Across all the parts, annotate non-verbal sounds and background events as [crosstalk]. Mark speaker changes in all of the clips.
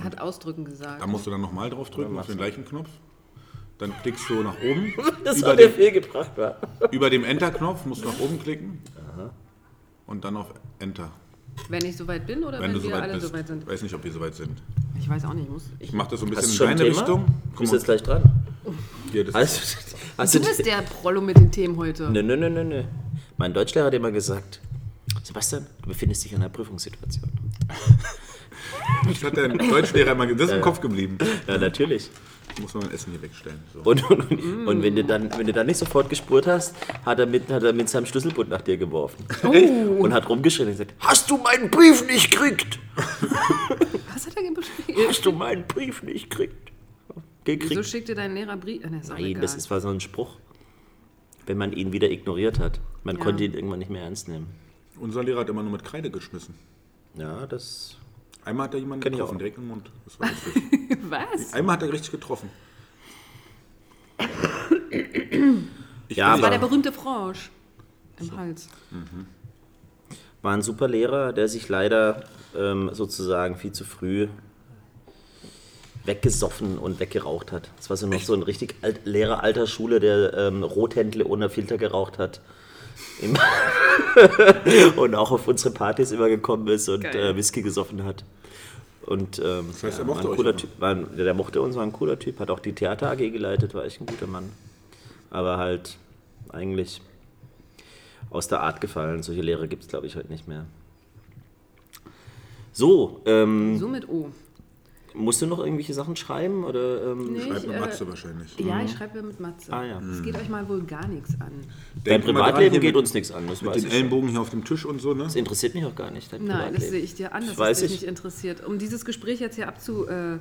Speaker 1: hat ausdrücken gesagt.
Speaker 2: Da musst du dann nochmal drauf drücken, auf den gleichen Knopf. Dann klickst du nach oben.
Speaker 3: [laughs] Das
Speaker 2: über,
Speaker 3: hat mir
Speaker 2: dem,
Speaker 3: viel gebracht. Ja.
Speaker 2: über dem Enter-Knopf musst du nach oben klicken. Und dann auf Enter,
Speaker 1: Wenn ich soweit bin oder wenn,
Speaker 2: wenn, du
Speaker 1: wir
Speaker 2: soweit
Speaker 1: alle
Speaker 2: bist.
Speaker 1: soweit sind.
Speaker 2: Weiß nicht, ob wir soweit sind.
Speaker 1: Ich weiß auch nicht, muss ich.
Speaker 2: Ich mach das so ein bisschen
Speaker 3: Hast du
Speaker 2: in
Speaker 3: schon ein
Speaker 2: deine
Speaker 3: Thema?
Speaker 2: Richtung.
Speaker 3: Du
Speaker 2: Guck
Speaker 3: bist
Speaker 2: mal,
Speaker 3: jetzt gleich dran.
Speaker 2: hier, das
Speaker 3: Also, also,
Speaker 1: Du bist der Prollo mit den Themen heute.
Speaker 3: Nö, nö, nö, nö, nö. Mein Deutschlehrer hat immer gesagt, Sebastian, du befindest dich in einer Prüfungssituation.
Speaker 2: Das hat der Deutschlehrer mal das ist im Kopf geblieben.
Speaker 3: Ja, natürlich. Mm.
Speaker 2: Muss man mein Essen hier wegstellen. So.
Speaker 3: Und, und, und, und wenn, du dann, wenn du dann nicht sofort gespurt hast, hat er mit, hat er mit seinem Schlüsselbund nach dir geworfen. Und hat rumgeschrien und gesagt, hast du meinen Brief nicht gekriegt?
Speaker 1: Was hat er gespielt?
Speaker 3: Hast du meinen Brief nicht gekriegt?
Speaker 1: Wieso
Speaker 3: Gekriegt?
Speaker 1: schickt dir dein Lehrer Brief? Ah, nee, ist auch
Speaker 3: Nein,
Speaker 1: egal.
Speaker 3: das ist, war so ein Spruch. Wenn man ihn wieder ignoriert hat. Man
Speaker 1: Ja.
Speaker 3: konnte ihn irgendwann nicht mehr ernst nehmen.
Speaker 2: Unser Lehrer hat immer nur mit Kreide geschmissen.
Speaker 3: Ja, das...
Speaker 2: Einmal hat er jemanden
Speaker 3: Kenn ich
Speaker 2: getroffen,
Speaker 3: auch.
Speaker 2: direkt im Mund. Das war
Speaker 3: [laughs]
Speaker 2: lustig.
Speaker 1: [laughs] Was?
Speaker 2: Einmal hat er richtig getroffen. Ich
Speaker 3: Ja,
Speaker 2: weiß
Speaker 1: War
Speaker 3: aber-
Speaker 1: der berühmte Frosch im Hals.
Speaker 3: war ein super Lehrer, der sich leider ähm, sozusagen viel zu früh weggesoffen und weggeraucht hat. Das war so noch so ein richtig alt, Lehrer alter Schule, der ähm, Rothändle ohne Filter geraucht hat. Im- [laughs] und auch auf unsere Partys immer gekommen ist und
Speaker 1: Geil.
Speaker 3: äh, Whisky gesoffen hat. Und ähm,
Speaker 2: Das heißt, er
Speaker 3: ja,
Speaker 2: mochte
Speaker 3: war ein
Speaker 2: euch
Speaker 3: cooler
Speaker 2: immer.
Speaker 3: Typ, war ein, der, der mochte uns, war ein cooler Typ, hat auch die Theater AG geleitet, war echt ein guter Mann. Aber halt eigentlich aus der Art gefallen. Solche Lehrer gibt es, glaube ich, heute nicht mehr. So, ähm,
Speaker 1: So mit O.
Speaker 3: musst du noch irgendwelche Sachen schreiben? Oder, ähm,
Speaker 1: Nee,
Speaker 2: Schreibt
Speaker 1: ich,
Speaker 2: eine Matze
Speaker 1: äh,
Speaker 2: wahrscheinlich.
Speaker 1: ja, ich schreibe mit Matze.
Speaker 3: Ah, ja.
Speaker 1: Das geht euch mal wohl gar nichts an.
Speaker 3: Dein
Speaker 2: Denk immer dran,
Speaker 3: Privatleben
Speaker 2: hier
Speaker 3: geht uns nichts an, das
Speaker 2: mit
Speaker 3: weiß
Speaker 2: den
Speaker 3: ich. schon.
Speaker 2: Ellenbogen hier auf dem Tisch und so, ne?
Speaker 3: Das interessiert mich auch gar nicht, dein
Speaker 1: Nein, das sehe
Speaker 3: Privatleben.
Speaker 1: ich dir an, dass
Speaker 3: weiß
Speaker 1: es dich
Speaker 3: ich.
Speaker 1: nicht interessiert. Um dieses Gespräch jetzt hier abzu äh,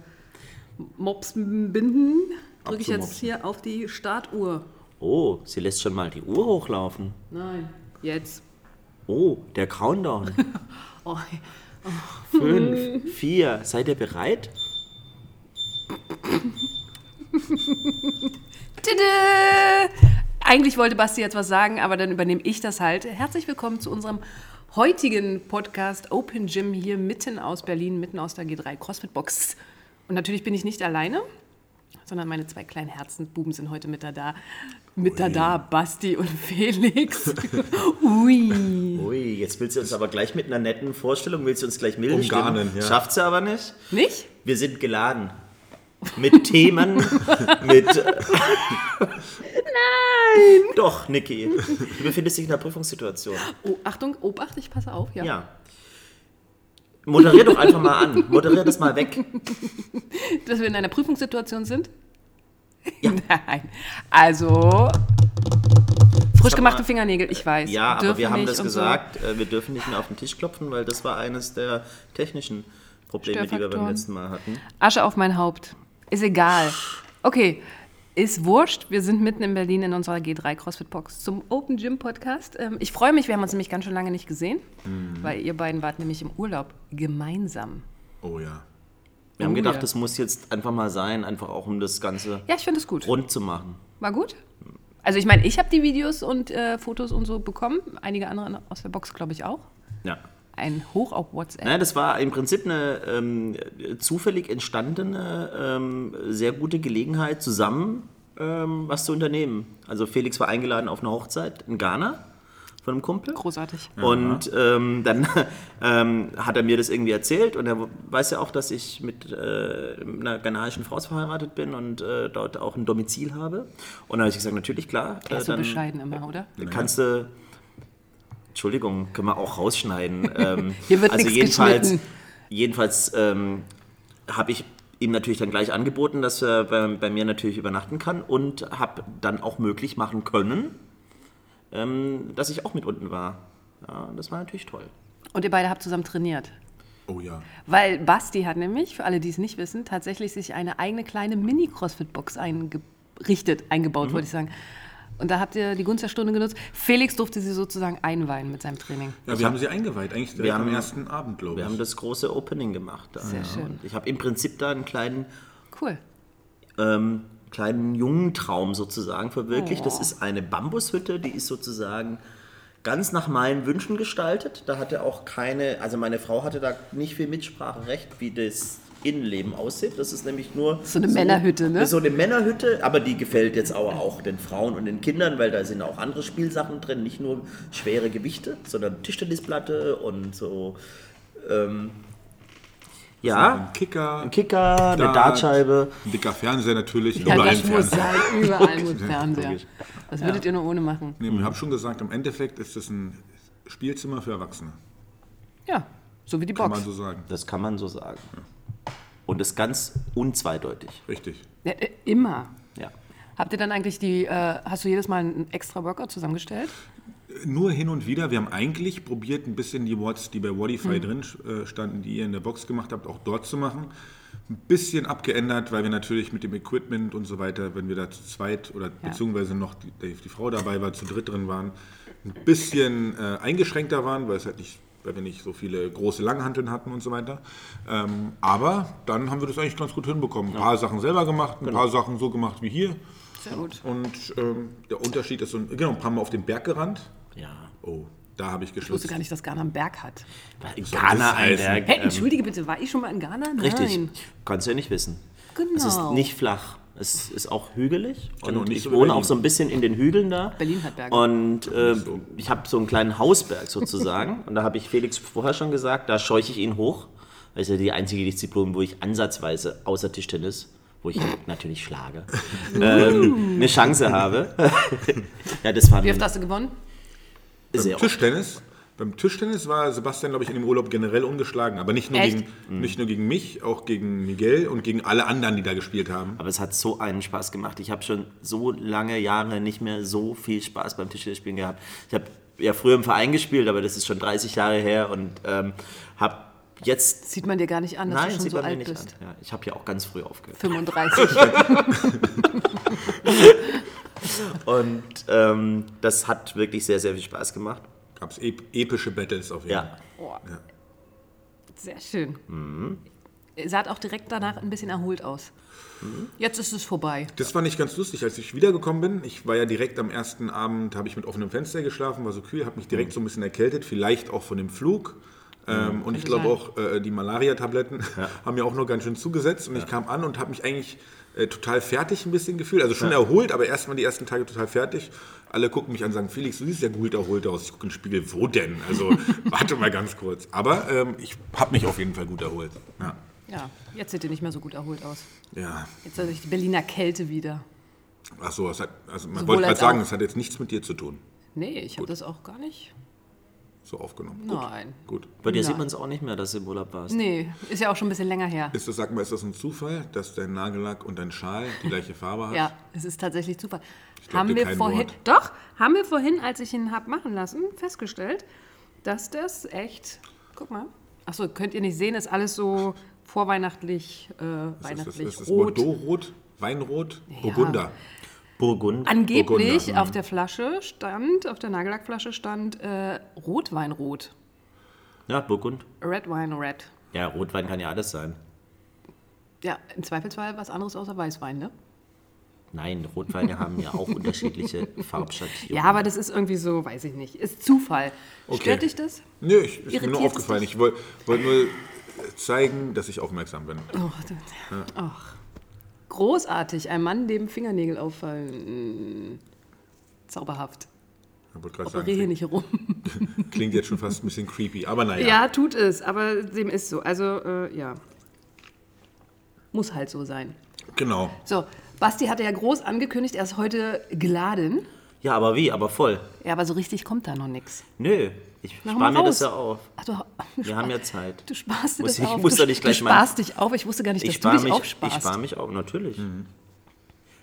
Speaker 1: mopsen binden, drücke ich jetzt
Speaker 2: Abzumopsen.
Speaker 1: hier auf die Startuhr.
Speaker 3: Oh, sie lässt schon mal die Uhr hochlaufen.
Speaker 1: Nein, jetzt.
Speaker 3: Oh,
Speaker 1: [laughs]
Speaker 3: der Countdown.
Speaker 1: Oh,
Speaker 3: Fünf, vier, seid ihr bereit?
Speaker 1: Tüdä! Eigentlich wollte Basti jetzt was sagen, aber dann übernehme ich das halt. Herzlich willkommen zu unserem heutigen Podcast Open Gym hier mitten aus Berlin, mitten aus der G3 CrossFit Box. Und natürlich bin ich nicht alleine, sondern meine zwei kleinen Herzenbuben sind heute mit da da. Mit da da, Basti und Felix. [laughs] Ui.
Speaker 3: Ui, jetzt willst du uns aber gleich mit einer netten Vorstellung, willst du uns gleich milde
Speaker 2: Umgarnen,
Speaker 3: stimmen.
Speaker 2: ja.
Speaker 3: Schafft sie aber nicht.
Speaker 1: Nicht?
Speaker 3: Wir sind geladen. Mit
Speaker 2: [laughs]
Speaker 3: Themen, mit. Nein! Doch, Niki. Du befindest dich in einer Prüfungssituation.
Speaker 1: Oh, Achtung, Obacht, ich passe auf, ja.
Speaker 3: Ja. Moderier doch einfach mal an. Moderier das mal weg.
Speaker 1: Dass wir in einer Prüfungssituation sind? [laughs] Nein. Also, frisch
Speaker 3: Sag
Speaker 1: gemachte
Speaker 3: mal, äh,
Speaker 1: Fingernägel, ich weiß.
Speaker 3: Ja, aber
Speaker 1: dürfen
Speaker 3: wir haben
Speaker 1: nicht
Speaker 3: das
Speaker 1: und so.
Speaker 3: gesagt. äh, Wir dürfen nicht mehr auf den Tisch klopfen, weil das war eines der technischen Probleme, die wir beim
Speaker 1: Störfaktoren.
Speaker 3: letzten Mal hatten.
Speaker 1: Asche auf mein Haupt. Ist egal. Okay, ist wurscht. Wir sind mitten in Berlin in unserer G3 CrossFit Box zum Open Gym Podcast. Ähm, Ich freue mich, wir haben uns nämlich ganz schön lange nicht gesehen,
Speaker 3: Mhm.
Speaker 1: weil ihr beiden wart nämlich im Urlaub gemeinsam.
Speaker 2: Oh ja.
Speaker 3: Wir haben
Speaker 1: Oh,
Speaker 3: gedacht,
Speaker 1: ja.
Speaker 3: das muss jetzt einfach mal sein, einfach auch um das Ganze
Speaker 1: Ja, ich finde es gut.
Speaker 3: rund zu machen.
Speaker 1: War gut? Also ich meine, ich habe die Videos und äh, Fotos und so bekommen. Einige andere aus der Box, glaube ich, auch.
Speaker 3: Ja.
Speaker 1: Ein Hoch auf WhatsApp.
Speaker 3: Nein, das war im Prinzip eine ähm, zufällig entstandene, ähm, sehr gute Gelegenheit, zusammen ähm, was zu unternehmen. Also Felix war eingeladen auf eine Hochzeit in Ghana von einem Kumpel.
Speaker 1: Großartig.
Speaker 3: Und ähm, dann [laughs] ähm, hat er mir das irgendwie erzählt und er weiß ja auch, dass ich mit äh, einer ghanaischen Frau verheiratet bin und äh, dort auch ein Domizil habe. Und dann habe ich gesagt, natürlich, klar. äh,
Speaker 1: Der ist so
Speaker 3: dann-
Speaker 1: bescheiden immer, oder?
Speaker 3: Kannst du. Entschuldigung, können wir
Speaker 1: [laughs]
Speaker 3: auch rausschneiden. Ähm,
Speaker 1: Hier wird
Speaker 3: also
Speaker 1: nichts
Speaker 3: jedenfalls,
Speaker 1: geschnitten.
Speaker 3: jedenfalls ähm, habe ich ihm natürlich dann gleich angeboten, dass er bei, bei mir natürlich übernachten kann und habe dann auch möglich machen können, ähm, dass ich auch mit unten war. Ja, das war natürlich toll.
Speaker 1: Und ihr beide habt zusammen trainiert.
Speaker 2: Oh ja.
Speaker 1: Weil Basti hat nämlich, für alle, die es nicht wissen, tatsächlich sich eine eigene kleine Mini-Crossfit-Box eingerichtet, eingebaut, wollte ich sagen. Und da habt ihr die Gunst der Stunde genutzt. Felix durfte sie sozusagen einweihen mit seinem Training.
Speaker 2: Ja, wir haben sie eingeweiht, eigentlich direkt
Speaker 3: haben-
Speaker 2: am ersten Abend, glaube
Speaker 3: Wir haben
Speaker 2: ich.
Speaker 3: das große Opening gemacht. da,
Speaker 1: Sehr
Speaker 3: ja.
Speaker 1: schön.
Speaker 3: Und ich habe im Prinzip da einen kleinen
Speaker 1: Cool.
Speaker 3: ähm, kleinen jungen Traum sozusagen verwirklicht. Das ist eine Bambushütte, die ist sozusagen ganz nach meinen Wünschen gestaltet. Da hatte auch keine, also meine Frau hatte da nicht viel Mitspracherecht, wie das Innenleben aussieht. Das ist nämlich nur.
Speaker 1: So eine Männerhütte, ne?
Speaker 3: So eine Männerhütte, aber die gefällt jetzt aber auch den Frauen und den Kindern, weil da sind auch andere Spielsachen drin. Nicht nur schwere Gewichte, sondern Tischtennisplatte und so. Ähm, ja,
Speaker 2: Ein Kicker,
Speaker 3: ein Kicker, eine
Speaker 2: Dart.
Speaker 3: Dartscheibe.
Speaker 2: ein dicker Fernseher natürlich.
Speaker 1: Ja,
Speaker 2: überall
Speaker 1: das
Speaker 2: ein
Speaker 1: muss
Speaker 2: Fernseher.
Speaker 1: sein. Überall muss
Speaker 2: Ja,
Speaker 1: Fernseher.
Speaker 3: logisch.
Speaker 1: Was würdet ihr nur ohne machen?
Speaker 2: Nee, ich habe schon gesagt, im Endeffekt ist es ein Spielzimmer für Erwachsene,
Speaker 1: Ja, so wie die
Speaker 2: kann
Speaker 1: Box.
Speaker 2: man so sagen.
Speaker 3: Das kann man so sagen. Und ist ganz unzweideutig.
Speaker 2: Richtig.
Speaker 1: Ja, äh, immer.
Speaker 3: Ja.
Speaker 1: Habt ihr dann eigentlich die, äh, hast du jedes Mal einen extra Workout zusammengestellt?
Speaker 2: Nur hin und wieder, wir haben eigentlich probiert, ein bisschen die Worts, die bei Wodify drin äh, standen, die ihr in der Box gemacht habt, auch dort zu machen. Ein bisschen abgeändert, weil wir natürlich mit dem Equipment und so weiter, wenn wir da zu zweit oder beziehungsweise noch die, die die Frau dabei war, zu dritt drin waren, ein bisschen äh, eingeschränkter waren, weil es halt nicht weil wir nicht so viele große Langhanteln hatten und so weiter. Ähm, aber dann haben wir das eigentlich ganz gut hinbekommen. Ein paar Sachen selber gemacht, ein paar Sachen so gemacht wie hier.
Speaker 1: Sehr gut.
Speaker 2: Und ähm, der Unterschied ist so, ein- genau, ein paar Mal auf den Berg gerannt.
Speaker 3: Ja.
Speaker 2: Oh, da habe ich
Speaker 1: Ich wusste
Speaker 2: geschwitzt.
Speaker 1: gar nicht, dass Ghana einen Berg hat.
Speaker 3: Ghana ein
Speaker 2: heißen?
Speaker 3: Berg.
Speaker 1: Hey, entschuldige bitte, war ich schon mal in Ghana? Nein.
Speaker 3: Ähm. Richtig. Kannst du ja nicht wissen.
Speaker 1: Genau.
Speaker 3: Es ist nicht flach. Es ist auch hügelig.
Speaker 2: Genau,
Speaker 3: und
Speaker 2: nicht
Speaker 3: ich
Speaker 2: so wie
Speaker 3: wohne
Speaker 2: Berlin.
Speaker 3: auch so ein bisschen in den Hügeln da.
Speaker 1: Berlin hat Berge.
Speaker 3: Und äh, ich habe so einen kleinen Hausberg
Speaker 2: [laughs]
Speaker 3: sozusagen. und da habe ich Felix vorher schon gesagt, da scheuche ich ihn hoch. Das ist ja die einzige Disziplin, wo ich ansatzweise, außer Tischtennis, wo ich halt
Speaker 1: [laughs]
Speaker 3: natürlich schlage, ähm, eine Chance habe. [laughs] ja, das war
Speaker 1: Wie oft hast du gewonnen?
Speaker 2: Beim
Speaker 3: sehr oft.
Speaker 2: Tischtennis, beim Tischtennis war Sebastian, glaube ich, in dem Urlaub generell ungeschlagen. Aber nicht nur,
Speaker 1: Echt?
Speaker 2: gegen,
Speaker 3: Mhm.
Speaker 2: nicht nur gegen mich, auch gegen Miguel und gegen alle anderen, die da gespielt haben.
Speaker 3: Aber es hat so einen Spaß gemacht. Ich habe schon so lange Jahre nicht mehr so viel Spaß beim Tischtennisspielen gehabt. Ich habe ja früher im Verein gespielt, aber das ist schon 30 Jahre her und ähm, habe jetzt.
Speaker 1: Sieht man dir gar nicht an, dass du
Speaker 3: Nein,
Speaker 1: schon
Speaker 3: sieht
Speaker 1: so
Speaker 3: man mir
Speaker 1: alt
Speaker 3: nicht
Speaker 1: bist.
Speaker 3: an. Ja, ich habe ja auch ganz früh aufgehört.
Speaker 1: 35.
Speaker 3: [laughs] Und ähm, das hat wirklich sehr, sehr viel Spaß gemacht.
Speaker 2: Gab es ep epische Battles auf jeden
Speaker 3: Ja,
Speaker 2: Fall.
Speaker 1: Boah. Sehr schön.
Speaker 3: Mhm.
Speaker 1: Ihr saht auch direkt danach ein bisschen erholt aus.
Speaker 3: Mhm.
Speaker 1: Jetzt ist es vorbei.
Speaker 2: Das war nicht ganz lustig, als ich wiedergekommen bin. Ich war ja direkt am ersten Abend, habe ich mit offenem Fenster geschlafen, war so kühl, habe mich direkt
Speaker 1: Mhm.
Speaker 2: so ein bisschen erkältet, vielleicht auch von dem Flug. Ähm, und ich glaube
Speaker 1: sein.
Speaker 2: auch, äh, die Malaria-Tabletten [laughs] haben mir auch nur ganz schön zugesetzt. Und ich kam an und habe mich eigentlich äh, total fertig ein bisschen gefühlt. Also schon erholt, aber erstmal die ersten Tage total fertig. Alle gucken mich an und sagen, Felix, du siehst ja gut erholt aus. Ich gucke in den Spiegel, wo denn? Also
Speaker 1: [laughs]
Speaker 2: warte mal ganz kurz. Aber ähm, ich habe mich auf jeden Fall gut erholt. Ja,
Speaker 1: Ja, jetzt seht ihr nicht mehr so gut erholt aus.
Speaker 2: ja.
Speaker 1: Jetzt natürlich die Berliner Kälte wieder.
Speaker 2: ach so, es hat, also man
Speaker 1: Sowohl
Speaker 2: wollte gerade
Speaker 1: als
Speaker 2: sagen,
Speaker 1: auch.
Speaker 2: es hat jetzt nichts mit dir zu tun.
Speaker 1: Nee, ich habe das auch gar nicht.
Speaker 2: so aufgenommen.
Speaker 1: Nein.
Speaker 2: Gut.
Speaker 3: bei dir
Speaker 1: Nein.
Speaker 3: sieht man es auch nicht mehr, dass du im Urlaub warst.
Speaker 1: Nee, ist ja auch schon ein bisschen länger her.
Speaker 2: Ist das, sag mal, ist das ein Zufall, dass dein Nagellack und dein Schal die gleiche Farbe hat?
Speaker 1: Ja, es ist tatsächlich Zufall.
Speaker 2: glaub
Speaker 1: Haben
Speaker 2: dir
Speaker 1: wir
Speaker 2: kein
Speaker 1: vorhin,
Speaker 2: Wort.
Speaker 1: doch, haben wir vorhin, als ich ihn hab machen lassen, festgestellt, dass das echt, guck mal, achso, könnt ihr nicht sehen, ist alles so vorweihnachtlich, äh,
Speaker 2: Ist das,
Speaker 1: weihnachtlich
Speaker 2: ist das
Speaker 1: rot.
Speaker 2: Bordeaux-Rot, Weinrot, Burgunder?
Speaker 3: Burgund.
Speaker 1: Angeblich
Speaker 2: Burgunder, hm.
Speaker 1: auf der Flasche stand, auf der Nagellackflasche stand äh, Rotweinrot.
Speaker 3: ja, Burgund.
Speaker 1: Red Wine Red.
Speaker 3: Ja, Rotwein kann ja alles sein.
Speaker 1: Ja, im Zweifelsfall was anderes außer Weißwein, ne?
Speaker 3: Nein, Rotweine haben ja
Speaker 1: [laughs]
Speaker 3: auch unterschiedliche Farbschattierungen.
Speaker 1: Ja, aber das ist irgendwie so, weiß ich nicht. Ist Zufall.
Speaker 2: Okay.
Speaker 1: Stört dich das?
Speaker 2: Nö, ich, ist mir
Speaker 1: Irritiert
Speaker 2: nur
Speaker 1: es
Speaker 2: aufgefallen.
Speaker 1: dich?
Speaker 2: Ich wollte wollt nur zeigen, dass ich aufmerksam bin.
Speaker 1: Oh, du- Ach. Großartig, ein Mann, dem Fingernägel auffallen. Zauberhaft.
Speaker 2: Ich wollte gerade sagen,
Speaker 1: Operiere
Speaker 2: klingt,
Speaker 1: nicht herum.
Speaker 2: klingt jetzt schon fast ein bisschen creepy, aber naja.
Speaker 1: Ja. tut es, aber dem ist so. Also, äh, ja. Muss halt so sein.
Speaker 2: Genau.
Speaker 1: So, Basti hatte ja groß angekündigt, er ist heute geladen.
Speaker 3: ja, aber wie? Aber voll.
Speaker 1: Ja, aber so richtig kommt da noch nichts.
Speaker 3: Nö, ich
Speaker 1: Mach
Speaker 3: spare
Speaker 1: mal
Speaker 3: mir das
Speaker 1: raus.
Speaker 3: ja auf.
Speaker 1: Ach, du,
Speaker 3: Wir haben ja Zeit.
Speaker 1: du sparst dir
Speaker 3: Muss
Speaker 1: das
Speaker 3: ich-
Speaker 1: auf.
Speaker 3: muss
Speaker 1: du,
Speaker 3: doch nicht gleich
Speaker 1: du
Speaker 3: meinen-
Speaker 1: sparst dich auf. Ich wusste gar nicht, dass
Speaker 3: Ich
Speaker 1: du
Speaker 3: spare
Speaker 1: dich
Speaker 3: mich, ich
Speaker 1: aufsparst.
Speaker 3: spare mich auch, natürlich.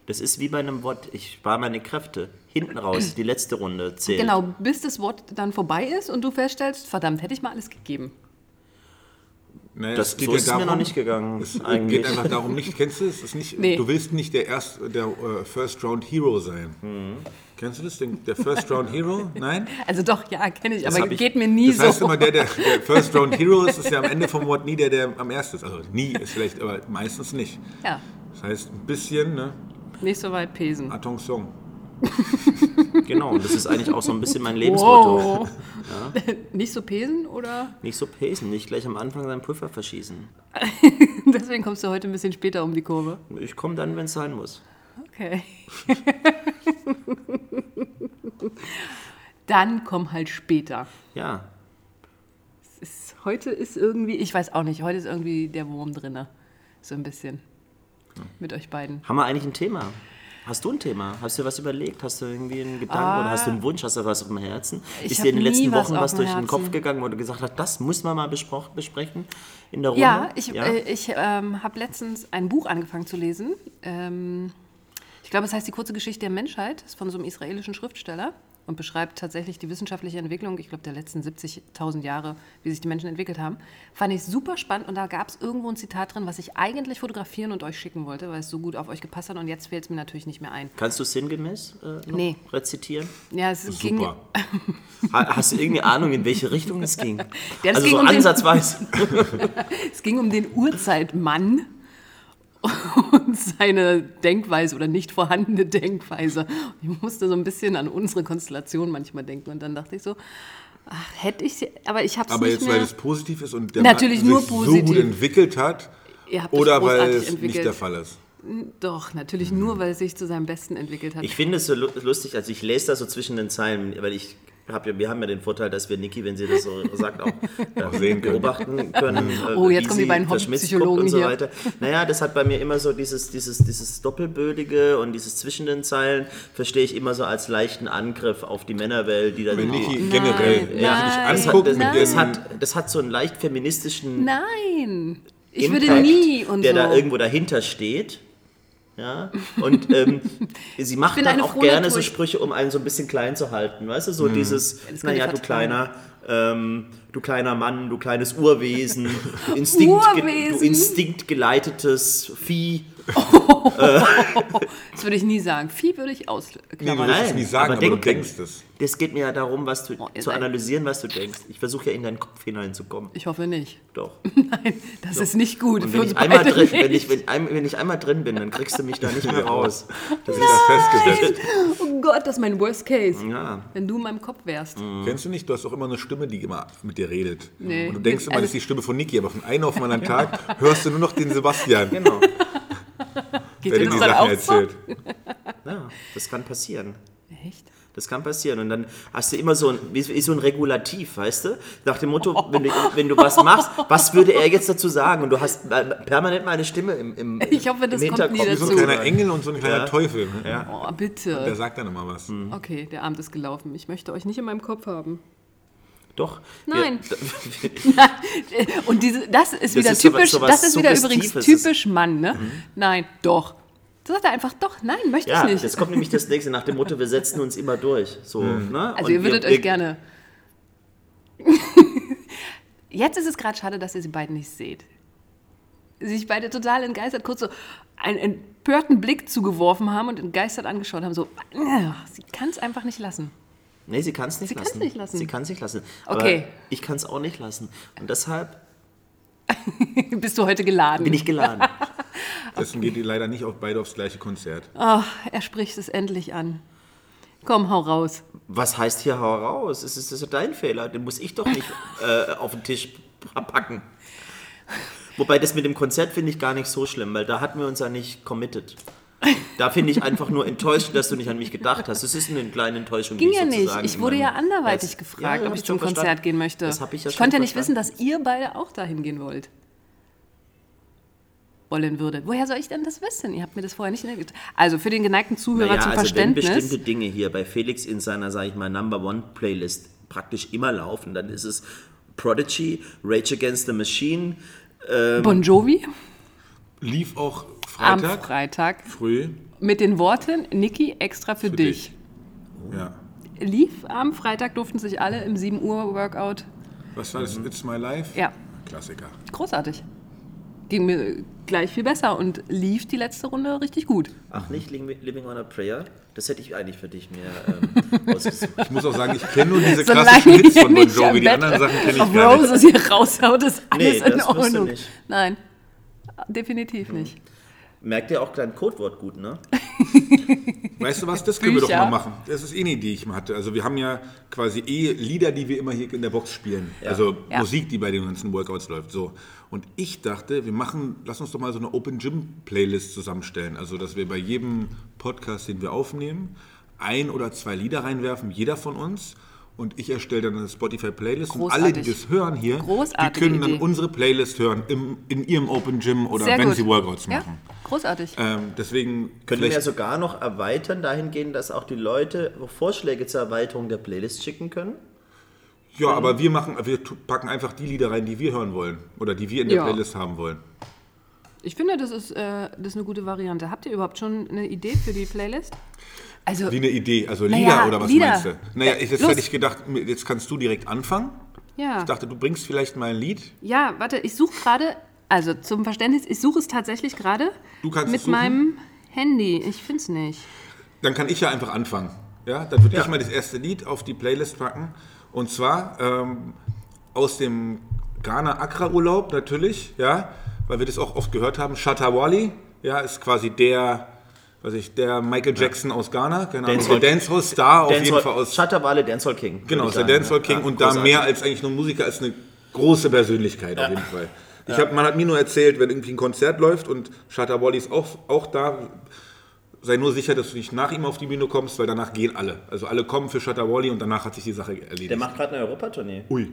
Speaker 3: Das ist wie bei einem Wort, ich spare meine Kräfte. Hinten raus, die letzte Runde zählt.
Speaker 1: Genau, bis das Wort dann vorbei ist und du feststellst, verdammt, hätte ich mal alles gegeben.
Speaker 2: Naja,
Speaker 3: Das,
Speaker 2: Ne, es geht
Speaker 3: so
Speaker 2: ja
Speaker 3: ist es mir noch nicht gegangen,
Speaker 2: Es
Speaker 3: eigentlich.
Speaker 2: geht einfach darum, nicht, kennst du es? Es ist nicht,
Speaker 1: Nee.
Speaker 2: Du willst nicht der, erst, der äh, First Round Hero sein.
Speaker 3: Mhm.
Speaker 2: Kennst du das? Den, der First Round Hero? Nein?
Speaker 1: Also doch, ja, kenne ich, aber
Speaker 3: hab ich-
Speaker 1: geht mir nie
Speaker 2: Das heißt
Speaker 1: so.
Speaker 2: immer, der, der, der First Round Hero ist, ist ja am Ende vom Wort nie der, der am ersten ist. Also nie ist vielleicht, aber meistens nicht.
Speaker 1: [laughs] ja,
Speaker 2: Das heißt, ein bisschen, ne?
Speaker 1: nicht so weit
Speaker 2: Ah.
Speaker 1: pesen.
Speaker 2: Attention.
Speaker 3: Genau, und das ist eigentlich auch so ein bisschen mein Lebensmotto.
Speaker 1: Wow. nicht so pesen oder? [laughs]
Speaker 3: Nicht so pesen, nicht gleich am Anfang seinen Pulver verschießen.
Speaker 1: Deswegen kommst du heute ein bisschen später um die Kurve.
Speaker 3: Ich komme dann, wenn es sein muss.
Speaker 1: Okay. [laughs] Dann komm halt später.
Speaker 3: Ja,
Speaker 1: Es ist, heute ist irgendwie, ich weiß auch nicht, heute ist irgendwie der Wurm drinne. So ein bisschen. Mit euch beiden.
Speaker 3: Haben wir eigentlich ein Thema? Hast du ein Thema? Hast du dir was überlegt? Hast du irgendwie einen Gedanken
Speaker 1: Ah.
Speaker 3: oder hast du einen Wunsch? Hast du was auf dem Herzen?
Speaker 1: Ich
Speaker 3: ist dir in
Speaker 1: hab
Speaker 3: den
Speaker 1: nie
Speaker 3: letzten
Speaker 1: was
Speaker 3: Wochen
Speaker 1: auf
Speaker 3: was
Speaker 1: dem
Speaker 3: durch den
Speaker 1: Herzen.
Speaker 3: Kopf gegangen, wo du gesagt hast, das müssen wir mal besprochen, besprechen in der Runde?
Speaker 1: Ja, ich, Äh, ich ähm, habe letztens ein Buch angefangen zu lesen. Ähm, ich glaube, es heißt Die kurze Geschichte der Menschheit, ist von so einem israelischen Schriftsteller und beschreibt tatsächlich die wissenschaftliche Entwicklung, ich glaube, der letzten 70.000 Jahre, wie sich die Menschen entwickelt haben. Fand ich super spannend und da gab es irgendwo ein Zitat drin, was ich eigentlich fotografieren und euch schicken wollte, weil es so gut auf euch gepasst hat und jetzt fällt es mir natürlich nicht mehr ein.
Speaker 3: Kannst du es sinngemäß äh, noch
Speaker 1: Nee.
Speaker 3: rezitieren?
Speaker 1: Ja, es ging,
Speaker 2: Super.
Speaker 3: Ha- Hast du irgendeine Ahnung, in welche Richtung
Speaker 1: [laughs]
Speaker 3: es ging?
Speaker 1: es
Speaker 3: also
Speaker 1: ging
Speaker 3: so
Speaker 1: um den-
Speaker 3: ansatzweise.
Speaker 1: Es ging um den Urzeitmann [laughs] und seine Denkweise oder nicht vorhandene Denkweise. Ich musste so ein bisschen an unsere Konstellation manchmal denken und dann dachte ich so, ach, hätte ich sie, aber ich habe es
Speaker 2: Aber
Speaker 1: nicht
Speaker 2: jetzt, weil
Speaker 1: mehr.
Speaker 2: es positiv ist und der
Speaker 1: Natürlich
Speaker 2: Mann
Speaker 1: nur
Speaker 2: sich so
Speaker 1: positiv.
Speaker 2: gut entwickelt hat,
Speaker 1: Ihr habt euch
Speaker 2: oder weil
Speaker 1: großartig
Speaker 2: es nicht
Speaker 1: entwickelt. Oh,
Speaker 2: der Fall ist.
Speaker 1: Doch, natürlich nur, weil es sich zu seinem Besten entwickelt hat.
Speaker 3: Ich finde es so lu- lustig, also ich lese das so zwischen den Zeilen, weil ich hab ja, wir haben ja den Vorteil, dass wir Niki, wenn sie das so
Speaker 2: [laughs]
Speaker 3: sagt, auch, äh,
Speaker 2: sehen können.
Speaker 1: [laughs]
Speaker 3: beobachten können. äh,
Speaker 1: Oh, jetzt
Speaker 3: wie
Speaker 1: kommen die
Speaker 3: sie
Speaker 1: beiden
Speaker 3: verschmitzt guckt
Speaker 1: Hobbypsychologen
Speaker 3: und so
Speaker 1: hier.
Speaker 3: weiter. Naja, das hat bei mir immer so dieses, dieses, dieses Doppelbödige und dieses zwischen den Zeilen, verstehe ich immer so als leichten Angriff auf die Männerwelt, die dann
Speaker 2: Wenn
Speaker 3: die-
Speaker 2: Niki generell
Speaker 1: nein,
Speaker 2: wenn er
Speaker 1: nein,
Speaker 2: sich
Speaker 3: das,
Speaker 2: dich
Speaker 3: hat,
Speaker 2: anguckt
Speaker 3: das,
Speaker 2: mit
Speaker 3: das,
Speaker 2: dem
Speaker 3: hat, das hat so einen leicht feministischen
Speaker 1: Nein, ich würde
Speaker 3: Impact,
Speaker 1: nie und
Speaker 3: der
Speaker 1: so.
Speaker 3: da irgendwo dahinter steht. Ja, und
Speaker 1: [laughs]
Speaker 3: ähm, sie macht
Speaker 1: bin
Speaker 3: dann
Speaker 1: eine
Speaker 3: auch
Speaker 1: frohe
Speaker 3: gerne
Speaker 1: Natur.
Speaker 3: so Sprüche, um einen so ein bisschen klein zu halten. Weißt du, so
Speaker 2: Mhm.
Speaker 3: dieses,
Speaker 1: das kann ich
Speaker 3: naja, du
Speaker 1: vertragen.
Speaker 3: kleiner, ähm, du kleiner Mann, du kleines
Speaker 1: [laughs]
Speaker 3: Urwesen, du, Instinkt, du
Speaker 1: Urwesen?
Speaker 3: instinktgeleitetes Vieh.
Speaker 1: das würde ich nie sagen. Vieh würde ich
Speaker 2: Nee, du
Speaker 1: ausklammern.
Speaker 2: würdest es
Speaker 3: Nein,
Speaker 2: nie sagen,
Speaker 3: aber
Speaker 2: aber, du
Speaker 3: denken.
Speaker 2: denkst es.
Speaker 3: Das geht mir ja darum, was du,
Speaker 1: Oh, ihr
Speaker 3: zu
Speaker 1: seid-
Speaker 3: analysieren, was du denkst. Ich versuche ja in deinen Kopf hineinzukommen.
Speaker 1: ich hoffe nicht. [laughs]
Speaker 3: Doch.
Speaker 1: Nein, das ist nicht gut.
Speaker 3: Und
Speaker 1: für
Speaker 3: wenn
Speaker 1: uns
Speaker 3: ich, einmal
Speaker 1: beide [laughs]
Speaker 3: drin, wenn,
Speaker 1: nicht.
Speaker 3: ich, wenn, ein, wenn ich einmal drin bin, dann kriegst du mich da nicht
Speaker 2: [laughs]
Speaker 3: mehr raus.
Speaker 2: Das ist da festgesetzt.
Speaker 1: Oh Gott, das ist mein Worst Case.
Speaker 3: Ja. Mhm.
Speaker 1: Wenn du in meinem Kopf wärst.
Speaker 2: Kennst du nicht? Du hast auch immer eine Stimme, die immer mit dir redet.
Speaker 1: Nee.
Speaker 2: Und du denkst immer,
Speaker 1: Also-
Speaker 2: das ist die Stimme von Niki, aber von einem auf den anderen Tag hörst du nur noch den Sebastian,
Speaker 3: Genau.
Speaker 1: Geht
Speaker 2: der dir die Sachen erzählt.
Speaker 3: Ja, das kann passieren.
Speaker 1: Echt?
Speaker 3: Das kann passieren. Und dann hast du immer so ein, wie, wie so ein Regulativ, weißt du? Nach dem Motto, wenn du, wenn du was machst, was würde er jetzt dazu sagen? Und du hast äh, permanent meine Stimme im, im
Speaker 1: [laughs] Ich hoffe, das
Speaker 3: im
Speaker 1: kommt nie
Speaker 3: Hinterkopf.
Speaker 2: Wie so ein
Speaker 1: Dazu.
Speaker 2: kleiner Engel und so ein kleiner
Speaker 3: Ja. Hm.
Speaker 2: Teufel. Ne?
Speaker 1: Oh,
Speaker 2: Der
Speaker 1: bitte.
Speaker 2: sagt dann immer was.
Speaker 1: Okay, der Abend ist gelaufen. Ich möchte euch nicht in meinem Kopf haben.
Speaker 3: Doch.
Speaker 1: Nein.
Speaker 3: Wir,
Speaker 1: Und diese, das ist wieder
Speaker 3: ist so was-
Speaker 1: typisch,
Speaker 3: so was
Speaker 1: das ist wieder übrigens
Speaker 3: Suggestives. Mhm.
Speaker 1: typisch Mann, ne? Nein, doch. So sagt er einfach, doch, nein, möchte
Speaker 3: ja,
Speaker 1: ich nicht.
Speaker 3: jetzt kommt nämlich das nächste nach dem Motto, wir setzen uns immer durch. So,
Speaker 2: Hm.
Speaker 3: ne?
Speaker 1: also
Speaker 3: Und
Speaker 1: ihr würdet
Speaker 3: wir-
Speaker 1: euch
Speaker 3: wir-
Speaker 1: gerne. [laughs] jetzt ist es gerade schade, dass ihr sie beiden nicht seht. Sich beide total entgeistert, kurz so einen empörten Blick zugeworfen haben und entgeistert angeschaut haben, so, "Ah, sie kann es einfach nicht lassen. [laughs]
Speaker 3: Nee, sie kann es nicht
Speaker 1: Sie
Speaker 3: lassen.
Speaker 1: kann's nicht lassen.
Speaker 3: Sie kann es nicht lassen.
Speaker 1: Okay.
Speaker 3: Aber ich kann es auch nicht lassen. Und deshalb
Speaker 1: Bist du heute geladen?
Speaker 3: bin ich geladen.
Speaker 2: Deswegen geht die leider nicht auf beide aufs gleiche Konzert.
Speaker 1: Ach, Ah, er spricht es endlich an. Komm, hau raus.
Speaker 3: Was heißt hier hau raus? Es ist, das ist dein Fehler. Den muss ich
Speaker 1: [laughs]
Speaker 3: doch nicht äh, auf den Tisch packen. Wobei das mit dem Konzert finde ich gar nicht so schlimm, weil da hatten wir uns ja nicht committed. Da finde ich einfach nur enttäuscht, dass du nicht an mich gedacht hast. Es ist eine kleine Enttäuschung.
Speaker 1: Ging
Speaker 3: die ich
Speaker 1: ja nicht.
Speaker 3: sozusagen
Speaker 1: Ich wurde ja
Speaker 3: in meinem
Speaker 1: anderweitig
Speaker 3: Herz-
Speaker 1: gefragt,
Speaker 3: ähm, Ja, hab
Speaker 1: ob ich zum
Speaker 3: schon
Speaker 1: Konzert
Speaker 3: verstanden.
Speaker 1: gehen möchte.
Speaker 3: Das habe ich ja schon
Speaker 1: konnte ja nicht wissen,
Speaker 3: verstanden.
Speaker 1: dass ihr beide auch dahin gehen wollt. Wollen würde. Woher soll ich denn das wissen? Ihr habt mir das vorher nicht gesagt. Also für den geneigten Zuhörer
Speaker 3: Naja,
Speaker 1: zum
Speaker 3: also wenn bestimmte
Speaker 1: Verständnis.
Speaker 3: Dinge hier bei Felix in seiner, sage ich mal, Number One Playlist praktisch immer laufen, dann ist es Prodigy, Rage Against the Machine, ähm,
Speaker 1: Bon Jovi
Speaker 2: Lief auch
Speaker 1: am
Speaker 2: Freitag
Speaker 1: Freitag
Speaker 2: früh.
Speaker 1: mit den Worten Niki extra für,
Speaker 2: Für
Speaker 1: dich.
Speaker 2: dich. Ja.
Speaker 1: Lief am Freitag, durften sich alle im 7 Uhr Workout.
Speaker 2: Was war das?
Speaker 3: Mhm.
Speaker 2: It's My Life?
Speaker 1: Ja,
Speaker 2: Klassiker.
Speaker 1: großartig. Ging mir gleich viel besser und lief die letzte Runde richtig gut.
Speaker 3: Ach
Speaker 2: Mhm.
Speaker 3: nicht, Living Living on a Prayer? Das hätte ich eigentlich für dich mir
Speaker 2: [laughs]
Speaker 3: ähm, ausgesucht.
Speaker 2: Ich muss auch sagen, ich kenne
Speaker 1: [laughs]
Speaker 2: nur diese klassischen
Speaker 1: Solange
Speaker 2: Hits
Speaker 1: ihr
Speaker 2: von Bon
Speaker 1: nicht am
Speaker 2: Jovi. Die
Speaker 1: Bett
Speaker 2: anderen Sachen kenne ich
Speaker 1: auf
Speaker 2: gar nicht.
Speaker 1: Roses hier raushaut, ist alles
Speaker 3: Nee, das
Speaker 1: in
Speaker 3: wirst du
Speaker 1: Ordnung.
Speaker 3: nicht.
Speaker 1: Nein, definitiv nicht.
Speaker 3: Merkt ihr auch dein Codewort gut, ne?
Speaker 2: Weißt du was, das können wir doch
Speaker 1: Bücher.
Speaker 2: mal machen. Das ist eh eine Idee, die ich mal hatte. Also wir haben ja quasi eh Lieder, die wir immer hier in der Box spielen. Also
Speaker 1: Ja.
Speaker 2: Musik, die bei den ganzen Workouts läuft. So. Und ich dachte, wir machen, lass uns doch mal so eine Open Gym Playlist zusammenstellen. Also dass wir bei jedem Podcast, den wir aufnehmen, ein oder zwei Lieder reinwerfen, jeder von uns. Und ich erstelle dann eine Spotify-Playlist und alle, die
Speaker 1: Großartig.
Speaker 2: das hören hier, die
Speaker 1: Großartige
Speaker 2: können dann
Speaker 1: Idee.
Speaker 2: unsere Playlist hören im, in ihrem Open Gym oder
Speaker 1: Sehr
Speaker 2: wenn
Speaker 1: gut.
Speaker 2: sie Workouts
Speaker 1: ja,
Speaker 2: machen.
Speaker 1: großartig.
Speaker 2: Ähm, deswegen
Speaker 3: Können wir
Speaker 2: vielleicht-
Speaker 3: ja sogar noch erweitern, dahingehend, dass auch die Leute Vorschläge zur Erweiterung der Playlist schicken können.
Speaker 2: Ja,
Speaker 1: Mhm.
Speaker 2: aber wir machen, wir tu- packen einfach die Lieder rein, die wir hören wollen oder die wir in der
Speaker 1: Ja.
Speaker 2: Playlist haben wollen.
Speaker 1: Ich finde, das ist, äh, das ist eine gute Variante. Habt ihr überhaupt schon eine Idee für die Playlist? Also,
Speaker 2: Wie eine Idee, also Lieder
Speaker 1: Naja,
Speaker 2: oder was
Speaker 1: Lieder. Äh,
Speaker 2: meinst du? Naja, ich, jetzt
Speaker 1: Los. Ah.
Speaker 2: hätte ich gedacht, mir- jetzt kannst du direkt anfangen.
Speaker 1: ja.
Speaker 2: Ich dachte, du bringst vielleicht mal ein Lied.
Speaker 1: Ja, warte, ich suche gerade, also zum Verständnis, ich suche es tatsächlich gerade
Speaker 2: Du kannst es
Speaker 1: mit
Speaker 2: suchen.
Speaker 1: meinem Handy. Ich finde es nicht.
Speaker 2: Dann kann ich ja einfach anfangen. Ja, dann würde ich mal das erste Lied auf die Playlist packen. Und zwar ähm, aus dem Ghana Accra Urlaub natürlich, ja, weil wir das auch oft gehört haben. Shatawali, ja, ist quasi der, weiß ich, der Michael Jackson aus Ghana, keine Ahnung,
Speaker 3: Dancehall-
Speaker 2: der Dancehall Star auf jeden
Speaker 3: Dancehall-
Speaker 2: Fall aus
Speaker 3: Shatterwale Dancehall King. würde
Speaker 2: Genau,
Speaker 3: ich
Speaker 2: ist der
Speaker 3: sagen,
Speaker 2: Dancehall
Speaker 3: ja.
Speaker 2: King
Speaker 3: Ja,
Speaker 2: und da
Speaker 3: großartig.
Speaker 2: mehr als eigentlich nur Musiker als eine große Persönlichkeit auf jeden Fall. Ich hab, man hat mir nur erzählt, wenn irgendwie ein Konzert läuft und Shatta Wally ist auch, auch da, sei nur sicher, dass du nicht nach ihm auf die Bühne kommst, weil danach gehen alle. Also alle kommen für Shatta Wally und danach hat sich die Sache erledigt.
Speaker 3: Der macht gerade eine Europatournee.
Speaker 2: Ui.